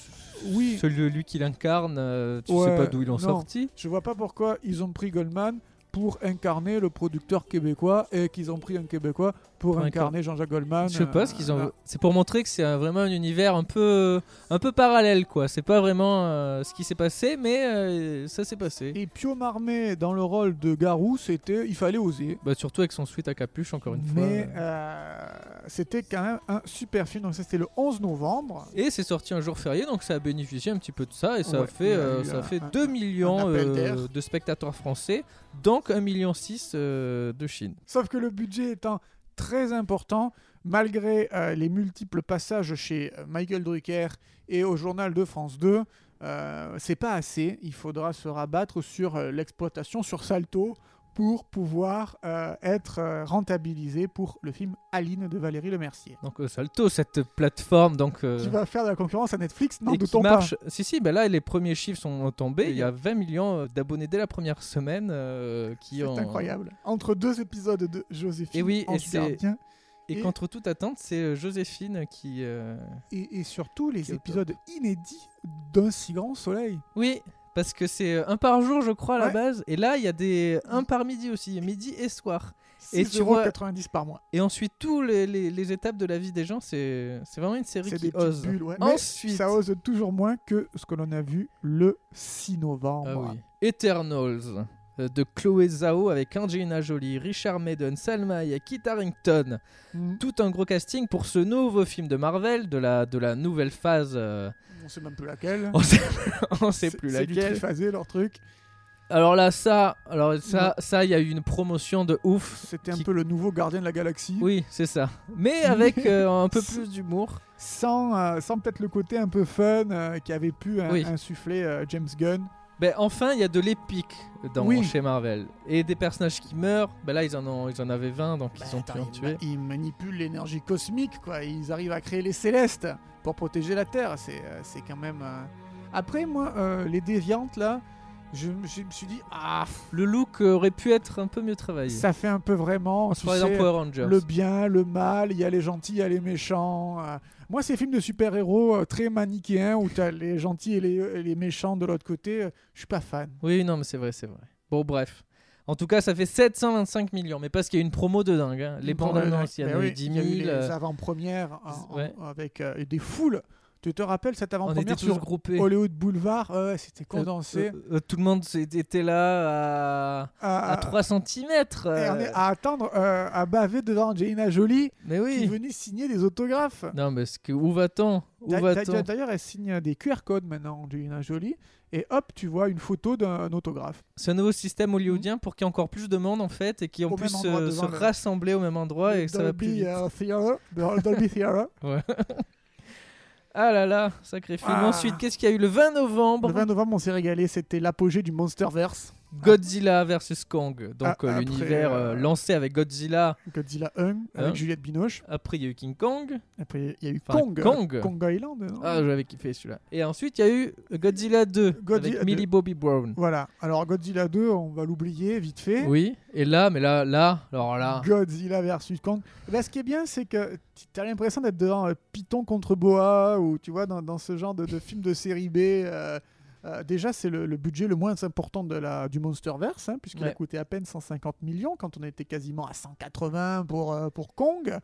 Oui,
celui lui qui l'incarne, euh, tu sais
Ouais,
pas d'où il en
non.
sorti.
je vois pas pourquoi ils ont pris Goldman pour incarner le producteur québécois et qu'ils ont pris un québécois pour
Pour
incarner Jean-Jacques Goldman.
Je sais pas ce
euh,
qu'ils ont.
là.
C'est pour montrer que c'est un- vraiment un univers un peu, un peu parallèle, quoi. C'est pas vraiment euh, ce qui s'est passé, mais euh, ça s'est passé.
Et Pio Marmé dans le rôle de Garou, c'était il fallait oser.
Bah, surtout avec son sweat à capuche, encore une fois. euh,
Mais euh, c'était quand même un super film. Donc ça c'était le 11 novembre.
Et c'est sorti un jour férié, donc ça a bénéficié un petit peu de ça, et ça a
Ouais,
fait,
il y a
euh,
eu
ça a
un-
fait
un-
2 millions
appel
euh,
d'air.
de spectateurs français, donc 1,6 million euh, de Chine.
Sauf que le budget étant très important, malgré euh, les multiples passages chez euh, Michael Drucker et au journal de France 2, euh, c'est pas assez. Il faudra se rabattre sur euh, l'exploitation sur Salto pour pouvoir euh, être euh, rentabilisé pour le film Aline de Valérie Lemercier.
Donc euh, Salto, cette plateforme, donc euh,
Qui va faire de la concurrence à Netflix, non,
et
de
qui marche. Si si, ben là les premiers chiffres sont tombés. Il y a 20 millions euh, d'abonnés dès la première semaine euh, qui
C'est
ont.
incroyable. Entre deux épisodes de Joséphine
Et oui, et
Ange
c'est-
Gardien,
Et
Et-
contre toute attente, c'est euh, Joséphine qui. euh,
et, et surtout les
Qui est au top.
épisodes inédits d'un si grand soleil.
Oui. Parce que c'est euh, un par jour, je crois, à la
Ouais.
base. Et là, il y a des un par midi aussi, midi et soir. Et tu
6,90
vois-
par mois.
Et ensuite, tous les, les- les étapes de la vie des gens, c'est c'est vraiment une série
C'est
qui
des petites
ose.
bulles, ouais. Mais
Ensuite,
ça ose toujours moins que ce que l'on a vu le 6 novembre.
Ah oui.
Oh.
Eternals euh, de Chloé Zhao avec Angelina Jolie, Richard Madden, Salma Hayek, Kit Harington.
Mm.
Tout un gros casting pour ce nouveau film de Marvel, de la, de la nouvelle phase. euh,
On sait même plus laquelle.
on sait, on sait plus
C'est du
laquelle.
triphasé, leur truc.
Alors là, ça, alors ça, ça, il y a eu une promotion de ouf.
C'était un
Qui-
peu le nouveau gardien de la galaxie.
Oui, c'est ça. Mais avec euh, un peu plus d'humour.
Sans, euh, sans peut-être le côté un peu fun euh, qui avait pu euh,
Oui.
insuffler euh, James Gunn.
Ben, enfin, il y a de l'épique dans
Oui.
chez Marvel. Et des personnages qui meurent. Ben là, ils en ont, ils en avaient 20, donc
Bah,
ils ont pu en tuer.
ils manipulent l'énergie cosmique, quoi. Ils arrivent à créer les célestes euh, pour protéger la Terre. C'est quand même. Après, moi, les euh, déviantes, là, je, me- je me suis dit, ah,
Le look euh, aurait pu être un peu mieux travaillé.
ça fait un peu vraiment. tu
Par exemple,
sais,
Power Rangers.
le bien, le mal, il y a les gentils, il y a les méchants. euh. Moi, ces films de super-héros euh, très manichéens où tu as les gentils et les, et les méchants de l'autre côté, euh, je suis pas fan.
Oui, non, mais c'est vrai, c'est vrai. Bon, bref. En tout cas, ça fait 725 millions, mais parce qu'il y a une promo de dingue. hein. Les bandes annonces, il y en
Ben
a
oui,
eu 10
il y a
000.
eu les
euh,
avant-premières en- en-
ouais.
avec euh, des foules. Tu te rappelles cette
on était
avant-première
tous
sur
groupés.
Hollywood Boulevard Ouais, C'était
Euh,
condensé.
euh, euh, tout le monde s'est- était là à,
à,
à 3 cm.
et Ah. Eh, on est à attendre, euh, à baver devant Angelina Jolie
Mais
qui
oui.
venait signer des autographes.
Non, mais ce que... où va-t-on Où
D'a- d'a-
va-t-on
D'ailleurs, elle signe des QR codes maintenant, Angelina Jolie, et hop, tu vois une photo d'un autographe.
Ce nouveau système hollywoodien pour qu'il y ait encore plus de monde en fait et qui en
Hmm. Au
plus
même
se,
endroit,
se
devant le-
rassembler au même endroit et que ça va plus
Dolby,
vite.
euh, Theater, dans le Dolby Theater.
Ah là là, sacré film.
Ah.
Ensuite, qu'est-ce qu'il y a eu le 20 novembre
Le 20 novembre, on s'est régalé, c'était l'apogée du Monsterverse,
Godzilla versus Kong. Donc
Ah,
euh,
après,
l'univers euh,
euh,
lancé avec Godzilla.
Godzilla 1, avec
Hein
Juliette Binoche.
Après, il y a eu King Kong.
Après, il y a eu
Enfin,
Kong,
Kong.
euh, Kong Island. non
Ah, j'avais kiffé celui-là. Et ensuite, il y a eu Godzilla 2
Godzilla
avec Millie Bobby Brown.
Voilà, alors Godzilla 2, on va l'oublier vite fait.
Oui. Et là, mais là, là, alors là.
Godzilla versus Kong. Là, ce qui est bien, c'est que tu as l'impression d'être devant euh, Python contre Boa ou tu vois, dans, dans ce genre de, de film de série B. euh, euh, déjà, c'est le, le budget le moins important de la, du Monsterverse, hein, puisqu'il a
Ouais.
coûté à peine 150 millions quand on était quasiment à 180 pour, euh, pour Kong.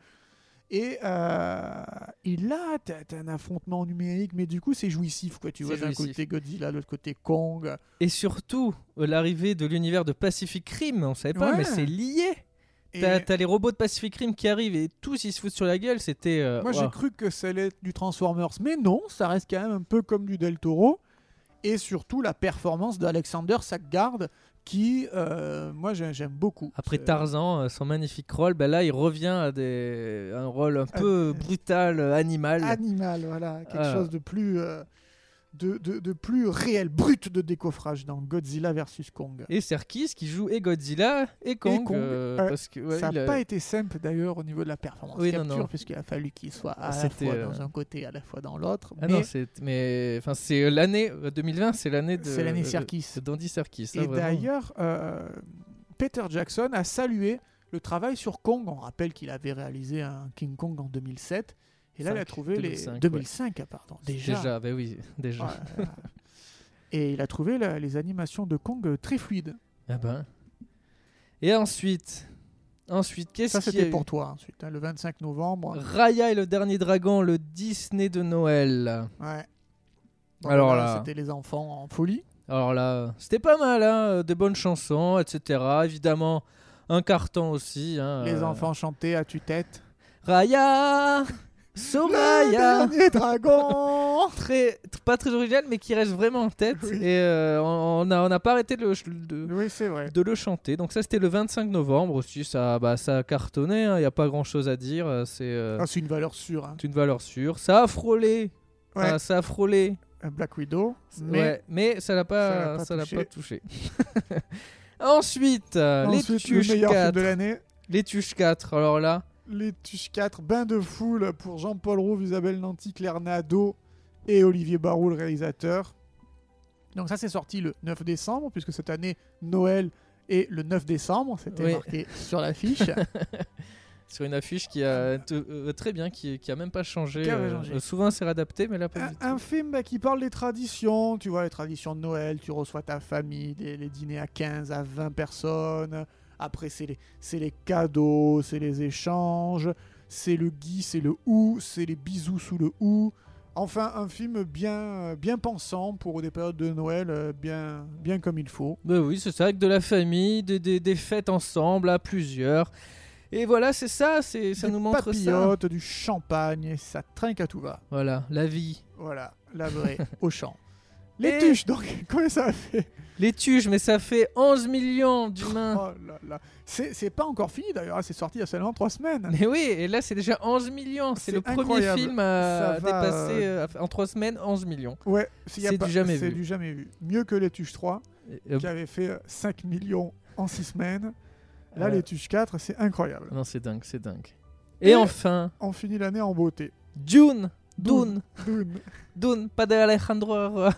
Et, euh, et là, tu as, un affrontement numérique, mais du coup, c'est jouissif. Quoi. Tu
C'est
vois, d'un
jouissif.
côté Godzilla, de l'autre côté Kong.
Et surtout, euh, l'arrivée de l'univers de Pacific Rim. On savait pas,
Ouais.
mais c'est lié.
Et
T'as t'as les robots de Pacific Rim qui arrivent et tous ils se foutent sur la gueule. C'était. euh,
Moi,
waouh.
j'ai cru que ça allait être du Transformers, mais non, ça reste quand même un peu comme du Del Toro. Et surtout la performance d'Alexander Sackgard, qui, euh, moi, j'ai- j'aime beaucoup.
Après
C'est-
Tarzan, euh, son magnifique rôle, bah là il revient à des... un rôle un
Ah,
peu brutal, euh, animal.
Animal, voilà, quelque
Ah.
chose de plus, euh, de, de- de plus réel, brut de décoffrage dans Godzilla versus Kong.
Et Serkis qui joue et Godzilla et Kong.
Kong,
euh,
ouais.
parce que, ouais,
ça
il
n'a
a-
pas été simple d'ailleurs au niveau de la performance
Oui, non,
capture,
non.
puisqu'il a fallu qu'il soit à la
C'était,
fois
euh,
dans un côté, à la fois dans l'autre.
Ah
mais
non, c'est mais enfin c'est euh, l'année euh, 2020, c'est l'année de
c'est l'année
euh,
Serkis.
de Dandy Serkis. ça,
Et
vraiment.
d'ailleurs, euh, Peter Jackson a salué le travail sur Kong. On rappelle qu'il avait réalisé un King Kong en 2007. Et là, il a
Cinq,
trouvé
2005,
les
ouais.
2005, ah, pardon, déjà.
déjà, bah oui, déjà.
Ouais. Et il a trouvé la- les animations de Kong euh, très fluides.
Ah ben. Et ensuite, ensuite qu'est-ce
Ça,
qu'il y a
c'était
eu
pour toi ensuite, hein, le 25 novembre.
Raya et le dernier dragon, le Disney de Noël.
Ouais.
Alors là-
c'était les enfants en folie.
Alors là, euh, c'était pas mal, hein, euh, des bonnes chansons, etc. Évidemment, un carton aussi. hein,
Les
euh,
enfants chantaient à tue-tête.
Raya, Oh,
Le
Soraya.
dernier dragon
Très, t- pas très original, mais qui reste vraiment en tête.
Oui.
Et euh, on n'a on n'a pas arrêté de le, ch- de,
Oui, c'est vrai.
de le chanter. Donc ça, c'était le 25 novembre aussi. Ça, bah, ça a cartonné. Il n'y a pas grand-chose à dire. euh, C'est euh,
Ah, c'est une valeur sûre. hein.
c'est une valeur sûre. Ça a frôlé.
Ouais.
Enfin, ça a frôlé.
Black Widow.
Mais,
Mais
mais ça l'a
ça l'a
pas,
pas
ça l'a
touché.
pas touché. Ensuite, euh, les
ensuite, le
Tuches
meilleur film
4.
de l'année.
Les Tuches 4. Alors là,
Les Tuches 4, bain de foule pour Jean-Paul Rouve, Isabelle Nanty, Claire Nadeau et Olivier Barou, le réalisateur. Donc ça, c'est sorti le 9 décembre, puisque cette année, Noël est le 9 décembre. C'était
Oui.
marqué sur l'affiche.
sur une affiche qui a te- euh, très bien, qui, qui a même pas changé.
Qui a pas
euh,
changé.
euh, souvent, c'est réadapté, mais là pas
un,
du tout.
un film bah, qui parle des traditions, tu vois, les traditions de Noël, tu reçois ta famille, des- les dîners à 15, à 20 personnes. Après, c'est les, c'est les cadeaux, c'est les échanges, c'est le gui, c'est le ou, c'est les bisous sous le ou. Enfin, un film bien, euh, bien pensant pour des périodes de Noël, euh, bien, bien comme il faut.
Bah oui, c'est ça, avec de la famille, des, des- des fêtes ensemble à plusieurs. Et voilà, c'est ça, c'est ça
Des
nous montre ça.
papillotes, du champagne, et ça trinque à tout va.
Voilà, la vie.
Voilà, la vraie, au champ. Les
Et-
tuches, donc, comment ça a fait
Les Tuches, mais ça fait 11 millions d'humains.
Oh là là. C'est c'est pas encore fini d'ailleurs, hein, c'est sorti il y a seulement trois semaines.
Mais oui, et là c'est déjà 11 millions. C'est
C'est
le premier
incroyable.
film à
Ça va,
dépasser euh, en 3 semaines 11 millions.
Ouais, s'il y a
C'est
pas-
du jamais
c'est
vu.
du jamais vu. Mieux que les Tuches 3,
Et, euh,
qui avait fait euh, 5 millions en 6 semaines. Là,
Euh.
les Tuches 4,
Ah
c'est incroyable.
Non, c'est dingue, c'est dingue. Et,
Et-
enfin,
On finit l'année en beauté.
Dune, Dune.
Dune. Ah,
Dune, pas d'Alejandro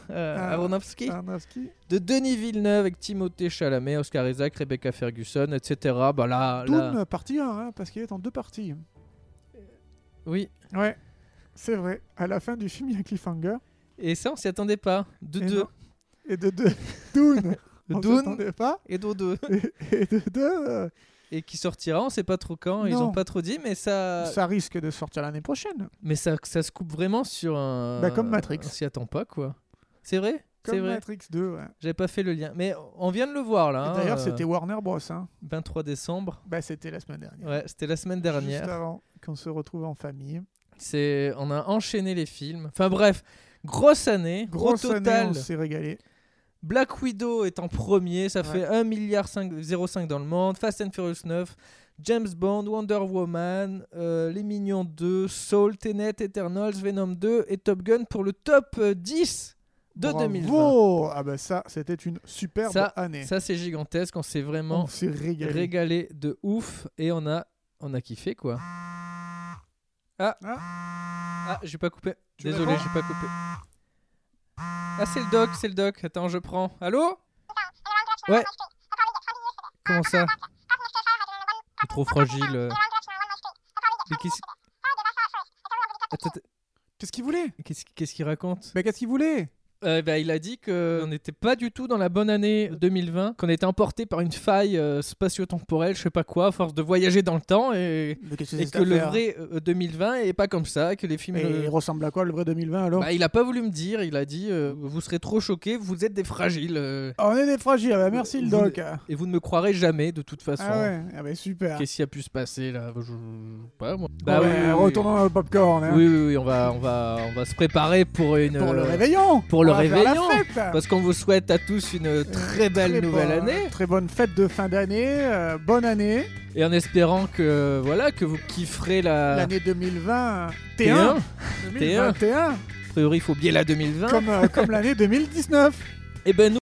euh, Aronofsky.
Aronofsky.
De Denis Villeneuve avec Timothée Chalamet, Oscar Isaac, Rebecca Ferguson, etc. Bah là, là-
Dune, partie 1, hein, parce qu'il est en deux parties.
Oui.
Ouais, c'est vrai. À la fin du film, il y a un cliffhanger.
Et ça, on s'y attendait pas. De
Et
deux.
non. Et de deux, Dune. On
Dune.
s'attendait pas.
Et de deux.
Et, et de deux, euh,
Et qui sortira, on sait pas trop quand, ils
Non.
ont pas trop dit, mais ça.
ça risque de sortir l'année prochaine.
Mais ça, ça se coupe vraiment sur un.
Bah, comme Matrix.
On s'y attend pas, quoi. C'est vrai C'est
Comme
vrai.
Matrix 2. ouais.
J'avais pas fait le lien. Mais on vient de le voir,
Et
là. hein,
D'ailleurs,
euh,
c'était Warner Bros. Hein.
23 décembre.
Bah, c'était la semaine dernière.
Ouais, c'était la semaine
Juste
dernière.
avant qu'on se retrouve en famille.
C'est, on a enchaîné les films. Enfin bref, grosse année.
Grosse
au total,
année, on s'est régalé.
Black Widow est en premier, ça
Ouais.
fait 1 milliard 0,5 dans le monde. Fast and Furious 9, James Bond, Wonder Woman, euh, Les Mignons 2, Soul, Tenet, Eternals, Venom 2 et Top Gun pour le top euh, 10 de
Bravo
2020.
Ah bah ça, c'était une superbe
Ça,
année.
Ça c'est gigantesque, on s'est
on
vraiment
s'est régalé.
régalé de ouf et on a on a kiffé quoi. Ah
Ah.
Ah, j'ai pas coupé.
Tu
Désolé,
l'as
j'ai pas coupé. Ah, c'est le doc, c'est le doc. Attends, je prends. Allô Ouais. Comment ça Il est trop fragile. euh. Mais qu'est-ce Attends, attends,
Qu'est-ce qu'il voulait
qu'est-ce- qu'est-ce qu'il raconte
Bah, qu'est-ce qu'il voulait
Euh, bah, Il a dit qu'on n'était pas du tout dans la bonne année 2020, qu'on était emporté par une faille euh, spatio-temporelle, je sais pas quoi, à force de voyager dans le temps et,
Mais qu'est-ce
et que le vrai euh, 2020 est pas comme ça, que les films.
Mais
euh,
il ressemble à quoi le vrai 2020 alors
Bah, il a pas voulu me dire, il a dit euh, vous serez trop choqués, vous êtes des fragiles euh,
On est des fragiles, ah bah merci le
Vous-
doc.
et vous ne me croirez jamais de toute façon.
Ah ouais, ah bah super.
Qu'est-ce qui a pu se passer là Bah, Je- je- pas, moi.
Bah
oui,
ouais,
oui, oui.
retournons au popcorn. hein.
Oui, oui, oui, on va, on va, on va se préparer pour une.
Pour le
euh,
réveillon.
pour le
On va faire la
réveillon.
fête.
Parce qu'on vous souhaite à tous une euh, très belle
Euh, Très
nouvelle
bonne-
année
Très bonne fête de fin d'année. euh, bonne année.
et en espérant que voilà que vous kifferez la
L'année 2020.
T1.
T1. 2021.
A priori, il faut oublier la 2020.
Comme, euh, comme l'année 2019.
Et ben nous